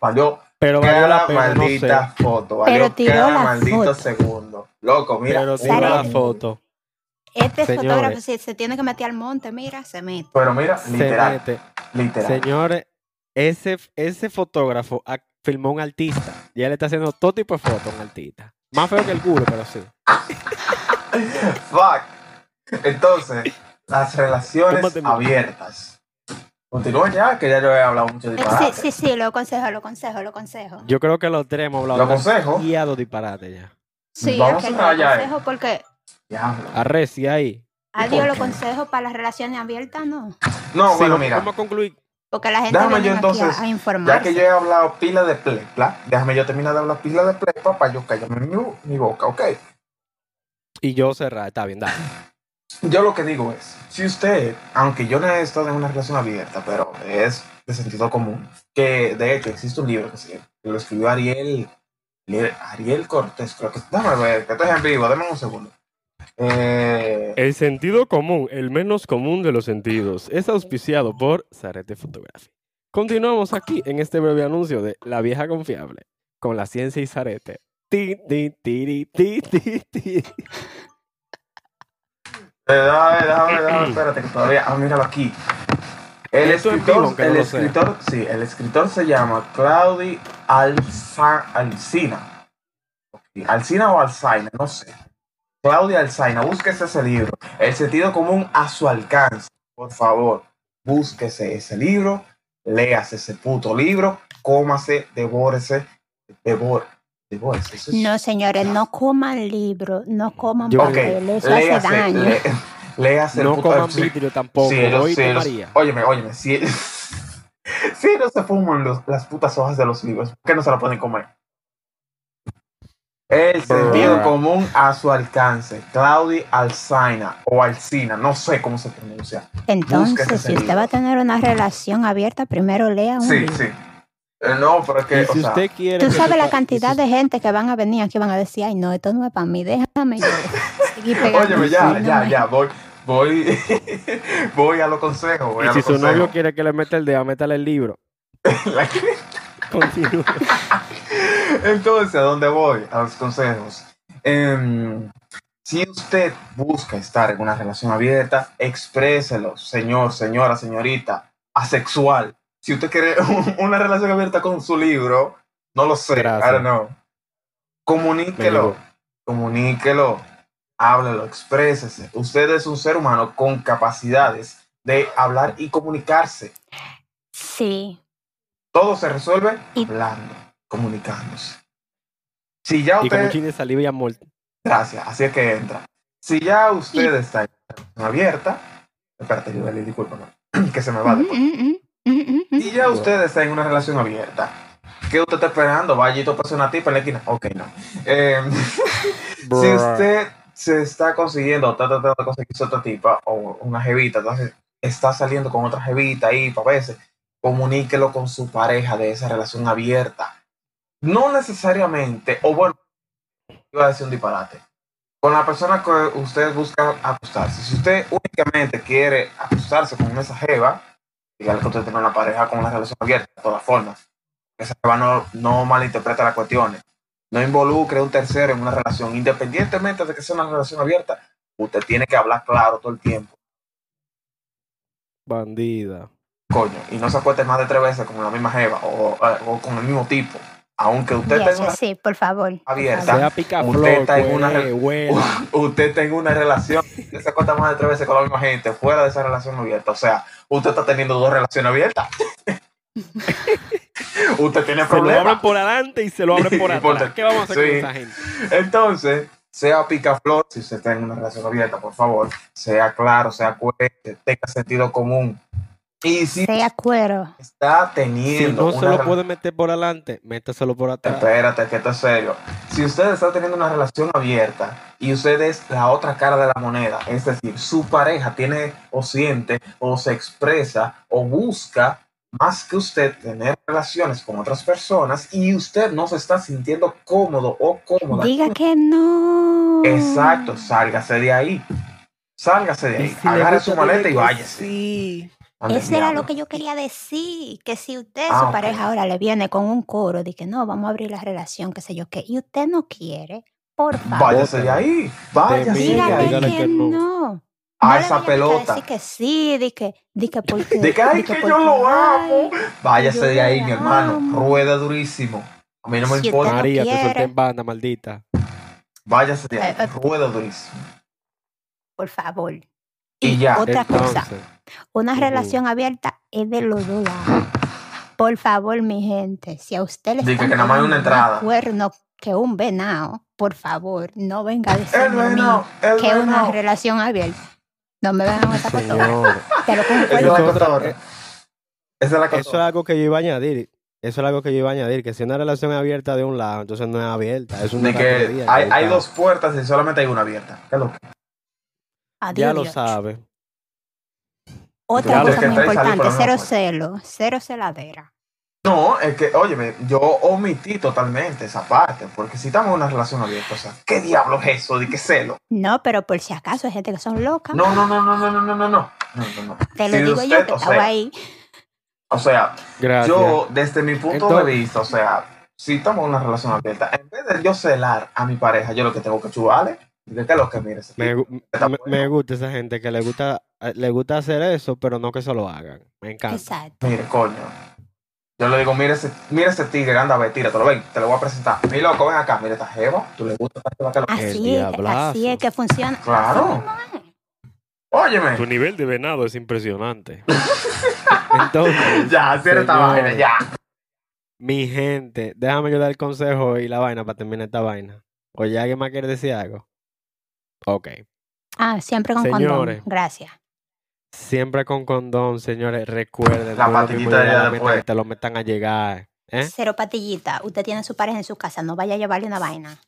Speaker 1: Valió
Speaker 3: Pero valió la
Speaker 1: cada
Speaker 3: pena, no sé.
Speaker 1: maldita foto. Valió
Speaker 2: Pero tiró
Speaker 1: cada
Speaker 2: la
Speaker 1: maldito
Speaker 2: foto.
Speaker 1: segundo. Loco, mira.
Speaker 3: Pero
Speaker 1: una-
Speaker 3: tiró la
Speaker 2: Sarete.
Speaker 3: foto,
Speaker 2: Este
Speaker 3: Señores.
Speaker 2: fotógrafo, si se tiene que meter al monte, mira, se mete.
Speaker 1: pero mira,
Speaker 3: se
Speaker 1: literal,
Speaker 3: mete.
Speaker 1: literal.
Speaker 3: Señores, ese, ese fotógrafo ah, filmó un artista. Y él está haciendo todo tipo de fotos a un artista. Más feo que el culo, pero sí.
Speaker 1: Fuck. Entonces, las relaciones
Speaker 3: Tómate, mira.
Speaker 1: abiertas. Continúa ya, que ya yo he hablado mucho de
Speaker 2: Eh, Sí, sí, sí, lo consejo, lo consejo, lo consejo.
Speaker 3: Yo creo que los tres hemos hablado
Speaker 1: Los consejos.
Speaker 3: demasiado disparate ya.
Speaker 2: Sí,
Speaker 1: vamos
Speaker 2: ok,
Speaker 1: a cerrar
Speaker 2: lo
Speaker 1: ya, eh.
Speaker 2: consejo porque
Speaker 1: Diablo.
Speaker 3: Arrecia ahí.
Speaker 2: adiós, lo
Speaker 1: qué?
Speaker 2: consejo para las relaciones abiertas, no.
Speaker 1: No,
Speaker 3: Sí,
Speaker 1: bueno,
Speaker 3: vamos-
Speaker 1: mira.
Speaker 3: Vamos a concluir.
Speaker 2: Porque la gente
Speaker 1: Déjame
Speaker 2: viene
Speaker 1: yo
Speaker 2: aquí a-
Speaker 1: entonces,
Speaker 2: a,
Speaker 1: Ya que
Speaker 2: informarse.
Speaker 1: yo he hablado pila de plepla, déjame yo terminar de hablar pila de plepla para yo callarme mi, mi boca, ¿ok?
Speaker 3: Y yo cerrar. Está bien, dale.
Speaker 1: Yo lo que digo es, si usted, aunque yo no he estado en una relación abierta, pero es de sentido común, que de hecho existe un libro que, se, que lo escribió Ariel, Ariel- Ariel Cortés, creo que... Déjame ver, que esto es en vivo, déjame un segundo. Eh,
Speaker 3: El sentido común, el menos común de los sentidos, es auspiciado por Zarete Photography. Continuamos aquí en este breve anuncio de La Vieja Confiable, con la ciencia y Zarete. Ti, ti, tiri, ti, ti, ti.
Speaker 1: Eh, Déjame, déjame, déjame, espérate que todavía. Ah, míralo aquí. El
Speaker 3: Esto en
Speaker 1: escritor,
Speaker 3: vivo, aunque no
Speaker 1: el
Speaker 3: lo sea.
Speaker 1: escritor, sí, el escritor se llama Claudi Alza- Alsina. Ok, Alsina o Alzaina, no sé. Claudia Alzaina, búsquese ese libro. El sentido común a su alcance. Por favor, búsquese ese libro, léase ese puto libro, cómase, devórese, devor, digo, eso, eso es-
Speaker 2: No, señores, no coman libros, no coman
Speaker 3: Yo-
Speaker 2: papel, eso hace
Speaker 1: léase,
Speaker 2: daño.
Speaker 1: le- léase el
Speaker 3: No
Speaker 1: puto
Speaker 3: coman
Speaker 1: sí,
Speaker 3: vidrio tampoco.
Speaker 1: sí, los-
Speaker 3: Hoy
Speaker 1: sí, los-
Speaker 3: tomaría.
Speaker 1: óyeme, óyeme, si, si no se fuman los- las putas hojas de los libros, ¿por qué no se la pueden comer? El sentido
Speaker 3: Bruh.
Speaker 1: común a su alcance. Claudia Alcina o Alcina, no sé cómo se pronuncia.
Speaker 2: Entonces,
Speaker 1: ese
Speaker 2: si usted
Speaker 1: libro.
Speaker 2: va a tener una relación abierta, primero lea un
Speaker 1: Sí,
Speaker 2: libro.
Speaker 1: sí. Eh, No, pero es que,
Speaker 3: Y si
Speaker 1: o sea,
Speaker 3: usted quiere.
Speaker 2: Tú
Speaker 3: que
Speaker 2: sabes
Speaker 3: su
Speaker 2: la
Speaker 3: pa-
Speaker 2: cantidad
Speaker 3: si-
Speaker 2: de gente que van a venir aquí van a decir, ay, no, esto no es para mí, déjame yo. seguir pegando
Speaker 1: óyeme, ya,
Speaker 2: mi
Speaker 1: ya,
Speaker 2: nombre".
Speaker 1: ya, voy, voy, voy a los consejos. Voy
Speaker 3: Y
Speaker 1: a
Speaker 3: si
Speaker 1: los
Speaker 3: su novio
Speaker 1: consejos.
Speaker 3: quiere que le meta el dedo, métale el libro. Continúa.
Speaker 1: Entonces, ¿a dónde voy? A los consejos. Em, si usted busca estar en una relación abierta, expréselo, señor, señora, señorita, asexual. Si usted quiere un- una relación abierta con su libro, no lo sé,
Speaker 3: Gracias.
Speaker 1: I don't know. Comuníquelo,
Speaker 3: Amigo.
Speaker 1: comuníquelo, háblelo, exprésese. Usted es un ser humano con capacidades de hablar y comunicarse.
Speaker 2: Sí,
Speaker 1: Todo se resuelve
Speaker 2: Y-
Speaker 1: hablando, comunicándose. Si ya
Speaker 3: Y con un
Speaker 1: usted
Speaker 3: chin de saliva y amor.
Speaker 1: Gracias, así es que entra. Si ya usted está en relación abierta, espérate, yo le disculpa, no, que se me va
Speaker 2: Mm,
Speaker 1: después.
Speaker 2: mm, mm, mm, mm, mm.
Speaker 1: Si ya usted está en una relación abierta, ¿qué usted está esperando? Vaya y topas una tipa en la esquina. Ok, no. Eh, si
Speaker 3: Bruh.
Speaker 1: usted se está consiguiendo, está tratando de conseguirse otra tipa o una jevita, entonces está saliendo con otra jevita ahí para veces, comuníquelo con su pareja de esa relación abierta. No necesariamente, o bueno, iba a decir un disparate. Con la persona que usted busca acostarse, si usted únicamente quiere acostarse con esa jeva, dígale que usted tiene una pareja con una relación abierta, de todas formas. Esa jeva no, no malinterpreta las cuestiones no involucre a un tercero en una relación, independientemente de que sea una relación abierta, usted tiene que hablar claro todo el tiempo,
Speaker 3: Bandida.
Speaker 1: coño, y no se acueste más de tres veces con la misma jeva o, eh, o con el mismo tipo, aunque usted
Speaker 2: Yes,
Speaker 1: tenga una,
Speaker 2: sí, por favor. por
Speaker 1: Abierta.
Speaker 2: favor.
Speaker 3: Sea pica
Speaker 1: Usted está en una
Speaker 3: huele,
Speaker 1: re-
Speaker 3: huele.
Speaker 1: usted tenga una relación, usted se acuesta más de tres veces con la misma gente fuera de esa relación abierta, o sea, usted está teniendo dos relaciones abiertas. usted tiene
Speaker 3: Se lo abren
Speaker 1: problemas.
Speaker 3: por adelante y se lo abren por
Speaker 1: Y por
Speaker 3: atrás. ¿Qué vamos a hacer
Speaker 1: Sí.
Speaker 3: con esa gente?
Speaker 1: Entonces, sea picaflor, si usted está en una relación abierta, por favor, sea claro, sea coherente, tenga sentido común. Y si
Speaker 2: Sea cuero.
Speaker 1: está
Speaker 3: Si
Speaker 1: teniendo
Speaker 3: no se
Speaker 1: una
Speaker 3: lo
Speaker 1: rela-
Speaker 3: pueden meter por adelante, métaselo por atrás.
Speaker 1: Espérate, que esto es serio. Si usted está teniendo una relación abierta y usted es la otra cara de la moneda, es decir, su pareja tiene o siente o se expresa o busca más que usted tener relaciones con otras personas y usted no se está sintiendo cómodo o cómoda.
Speaker 2: Diga que no.
Speaker 1: Exacto, sálgase de ahí. Sálgase de
Speaker 3: Y
Speaker 1: ahí.
Speaker 3: si le
Speaker 1: Agarre
Speaker 3: gusta,
Speaker 1: su maleta
Speaker 3: dile
Speaker 1: y
Speaker 3: que
Speaker 1: váyase.
Speaker 3: Sí.
Speaker 1: Ande,
Speaker 2: Eso era
Speaker 1: diablo.
Speaker 2: lo que yo quería decir, que si usted,
Speaker 1: Ah,
Speaker 2: su
Speaker 1: ok.
Speaker 2: pareja ahora le viene con un coro de que no, vamos a abrir la relación, qué sé yo qué, y usted no quiere, por favor,
Speaker 1: Váyase de ahí. Váyase de
Speaker 3: Termina,
Speaker 1: ahí.
Speaker 2: dígale
Speaker 3: dígale
Speaker 2: que,
Speaker 3: que no.
Speaker 2: no.
Speaker 1: A
Speaker 2: No le
Speaker 1: esa
Speaker 2: vaya venir
Speaker 1: pelota.
Speaker 2: Decir que sí, di que, di que porque...
Speaker 1: De que, ay,
Speaker 2: di
Speaker 1: que
Speaker 2: porque,
Speaker 1: yo lo
Speaker 2: ay,
Speaker 1: amo. Váyase
Speaker 2: yo
Speaker 1: de
Speaker 2: la
Speaker 1: ahí, mi hermano.
Speaker 2: amo.
Speaker 1: Rueda durísimo. A mí no me
Speaker 2: Si
Speaker 1: importa.
Speaker 2: usted-
Speaker 3: María, te
Speaker 2: quiere.
Speaker 3: solté en banda, maldita.
Speaker 1: Váyase de ahí.
Speaker 2: Eh, eh.
Speaker 1: Rueda durísimo.
Speaker 2: Por favor. Y,
Speaker 1: Y ya.
Speaker 2: otra cosa,
Speaker 3: Entonces,
Speaker 2: una
Speaker 3: ujú.
Speaker 2: relación abierta es de los dos lados. Por favor, mi gente, si a usted le
Speaker 1: Diga
Speaker 2: están
Speaker 1: que nada más hay una
Speaker 2: poniendo más
Speaker 1: entrada.
Speaker 2: cuerno que un venado, por favor, no venga a decirme
Speaker 1: El
Speaker 2: a mí
Speaker 1: venado, el
Speaker 2: que es una
Speaker 1: venado.
Speaker 2: relación abierta. No me vengan esa cotorra. Te
Speaker 3: señor.
Speaker 2: lo
Speaker 1: Esa es
Speaker 2: concuerdo.
Speaker 1: la
Speaker 3: Eso-
Speaker 1: cotorra. Esa es la
Speaker 3: Eso es
Speaker 1: cotorra.
Speaker 3: algo que yo iba a añadir. Eso es algo que yo iba a añadir, que si una relación es abierta de un lado, entonces no es abierta. Es una
Speaker 1: De que
Speaker 3: cacería,
Speaker 1: hay,
Speaker 3: ya
Speaker 1: hay
Speaker 3: está.
Speaker 1: dos puertas y solamente hay una abierta. ¿Qué es lo que?
Speaker 2: Adiós,
Speaker 3: Ya lo
Speaker 2: Dios.
Speaker 3: sabe.
Speaker 2: Otra
Speaker 3: Ya lo
Speaker 2: cosa
Speaker 3: que
Speaker 2: muy
Speaker 1: traes salir por
Speaker 2: importante,
Speaker 1: la
Speaker 2: cero
Speaker 1: misma
Speaker 2: celo, cero celadera.
Speaker 1: No, es que, óyeme, yo omití totalmente esa parte, porque si estamos en una relación abierta, o sea, ¿qué diablos es eso? ¿De qué celo?
Speaker 2: No, pero por si acaso hay gente que son locas,
Speaker 1: No, no, no, no, no, no, no, no, no. No, no, no.
Speaker 2: te lo
Speaker 1: Si
Speaker 2: digo
Speaker 1: usted,
Speaker 2: yo que
Speaker 1: o
Speaker 2: estaba
Speaker 1: sea,
Speaker 2: ahí.
Speaker 1: O sea,
Speaker 3: Gracias.
Speaker 1: yo, desde mi punto de
Speaker 3: Entonces-
Speaker 1: vista, o sea, si estamos en una relación abierta, en vez de yo celar a mi pareja, yo lo que tengo que chubarle, ¿de qué es lo que mire? ese
Speaker 3: Me,
Speaker 1: tipo?
Speaker 3: gu- me, me gusta esa gente que le gusta, eh, le gusta hacer eso, pero no que se lo hagan. Me encanta.
Speaker 2: Exacto.
Speaker 1: Mire, coño. Yo le digo, mira ese, mira ese tigre, anda, ve, tíratelo, ven, te lo voy a presentar. Mi loco, ven acá, mira esta jeva, tú le gusta esta jeva que lo...
Speaker 2: Así es, que- así
Speaker 3: diablazo.
Speaker 2: es que funciona.
Speaker 1: Claro. Óyeme.
Speaker 3: nivel de venado es impresionante. Entonces,
Speaker 1: Ya, cierra esta
Speaker 3: Señor.
Speaker 1: vaina, ya.
Speaker 3: Mi gente, déjame yo dar el consejo y la vaina para terminar esta vaina. Oye, ¿alguien más quiere decir algo? Ok.
Speaker 2: Ah, siempre con
Speaker 3: Señores.
Speaker 2: condón. Gracias.
Speaker 3: Siempre con condón, señores. Recuerden,
Speaker 1: La
Speaker 3: no es lo
Speaker 1: patillita
Speaker 3: mismo llegar a
Speaker 1: ya
Speaker 3: la meta
Speaker 1: después.
Speaker 3: que Te lo metan a llegar. ¿eh?
Speaker 2: Cero patillita. Usted tiene su pareja en su casa. No vaya a llevarle una vaina.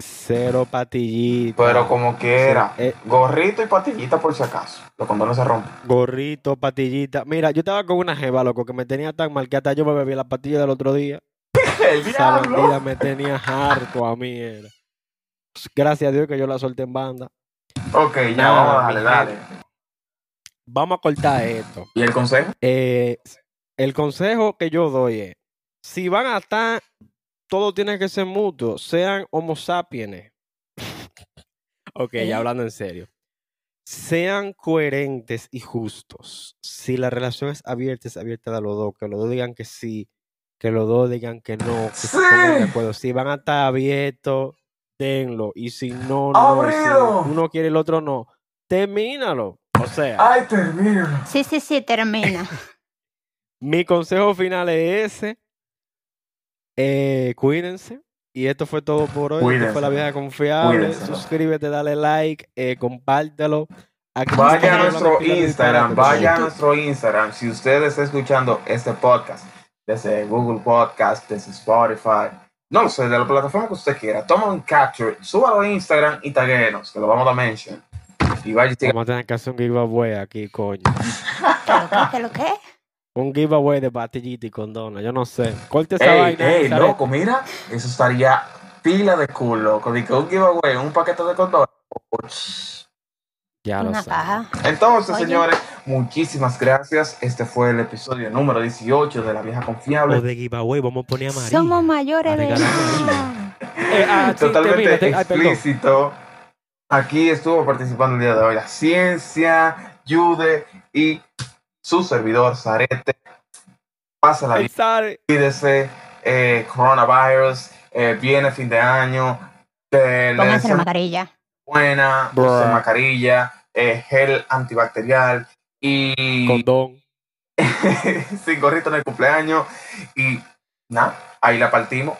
Speaker 3: Cero patillita.
Speaker 1: Pero como quiera.
Speaker 3: Sí, eh,
Speaker 1: Gorrito y patillita por si acaso. Los condones se rompen.
Speaker 3: gorrito, patillita. Mira, yo estaba con una jeva, loco, que me tenía tan mal que hasta yo me bebí la patilla del otro día.
Speaker 1: El
Speaker 3: Esa
Speaker 1: diablo.
Speaker 3: bandida me tenía harto a mí. era. Gracias a Dios que yo la solté en banda.
Speaker 1: Ok, ya
Speaker 3: Nada,
Speaker 1: vamos, dale,
Speaker 3: mi
Speaker 1: dale.
Speaker 3: Vamos a cortar esto.
Speaker 1: ¿Y el consejo?
Speaker 3: Eh, el consejo que yo doy es, si van a estar, todo tiene que ser mutuo, sean homo sapiens. ok,
Speaker 2: ¿Eh?
Speaker 3: ya hablando en serio. Sean coherentes y justos. Si la relación es abierta, es abierta a los dos. Que los dos digan que sí, que los dos digan que no. Que se pongan de
Speaker 1: Sí.
Speaker 3: acuerdo. Si van a estar abiertos, denlo. Y si no, no. Si
Speaker 1: Abrido.
Speaker 3: uno quiere el otro no. Termínalo. O sea.
Speaker 1: Ay, termina.
Speaker 2: Sí, sí, sí, termina.
Speaker 3: Mi consejo final es ese. Eh, cuídense. Y esto fue todo por hoy. Esto fue
Speaker 1: Cuídense.
Speaker 3: la vieja confiable.
Speaker 1: Cuídense.
Speaker 3: Suscríbete, dale like, eh, compártelo. Aquí
Speaker 1: Vaya a
Speaker 3: estamos
Speaker 1: nuestro
Speaker 3: hablando pila de
Speaker 1: Instagram,
Speaker 3: disparate,
Speaker 1: vaya a
Speaker 3: pero-
Speaker 1: nuestro Instagram. Si usted está escuchando este podcast, desde Google Podcast, desde Spotify, no lo sé, de la plataforma que usted quiera, toma un capture, súbalo a Instagram y taguenos, que lo vamos a mention. Y vaya y siga-
Speaker 3: Vamos a tener que hacer un giveaway aquí, coño.
Speaker 2: ¿Qué lo que? ¿Qué lo que?
Speaker 3: Un giveaway de patillita y condona. Yo no sé. Corte esa
Speaker 1: Ey,
Speaker 3: vaina.
Speaker 1: ey,
Speaker 3: ¿sabes?
Speaker 1: loco, mira, eso estaría pila de cool, loco. Dice un giveaway, un paquete de condones. Uch.
Speaker 3: Ya lo
Speaker 2: Una
Speaker 3: sé.
Speaker 2: caja.
Speaker 1: Entonces,
Speaker 2: Oye.
Speaker 1: señores, muchísimas gracias. Este fue el episodio número 18 de La Vieja
Speaker 3: O
Speaker 1: Confiable.
Speaker 3: de giveaway, vamos a poner a María.
Speaker 2: Somos mayores de
Speaker 3: Regálame
Speaker 2: edad.
Speaker 3: Eh, ah, sí, termina,
Speaker 1: Totalmente
Speaker 3: te- ay, perdón.
Speaker 1: explícito. Aquí estuvo participando el día de hoy la ciencia, Jude y su servidor, Zarete. Pásala bien,
Speaker 3: Pensar-
Speaker 1: cuídese. eh, coronavirus, eh, viene fin de año. eh, le
Speaker 2: Pónganse la
Speaker 1: deseamos-
Speaker 2: mascarilla.
Speaker 1: buena,
Speaker 3: Bruh.
Speaker 1: usen mascarilla, eh, gel antibacterial y
Speaker 3: Condón.
Speaker 1: sin gorrito en el cumpleaños. Y nada, ahí la partimos.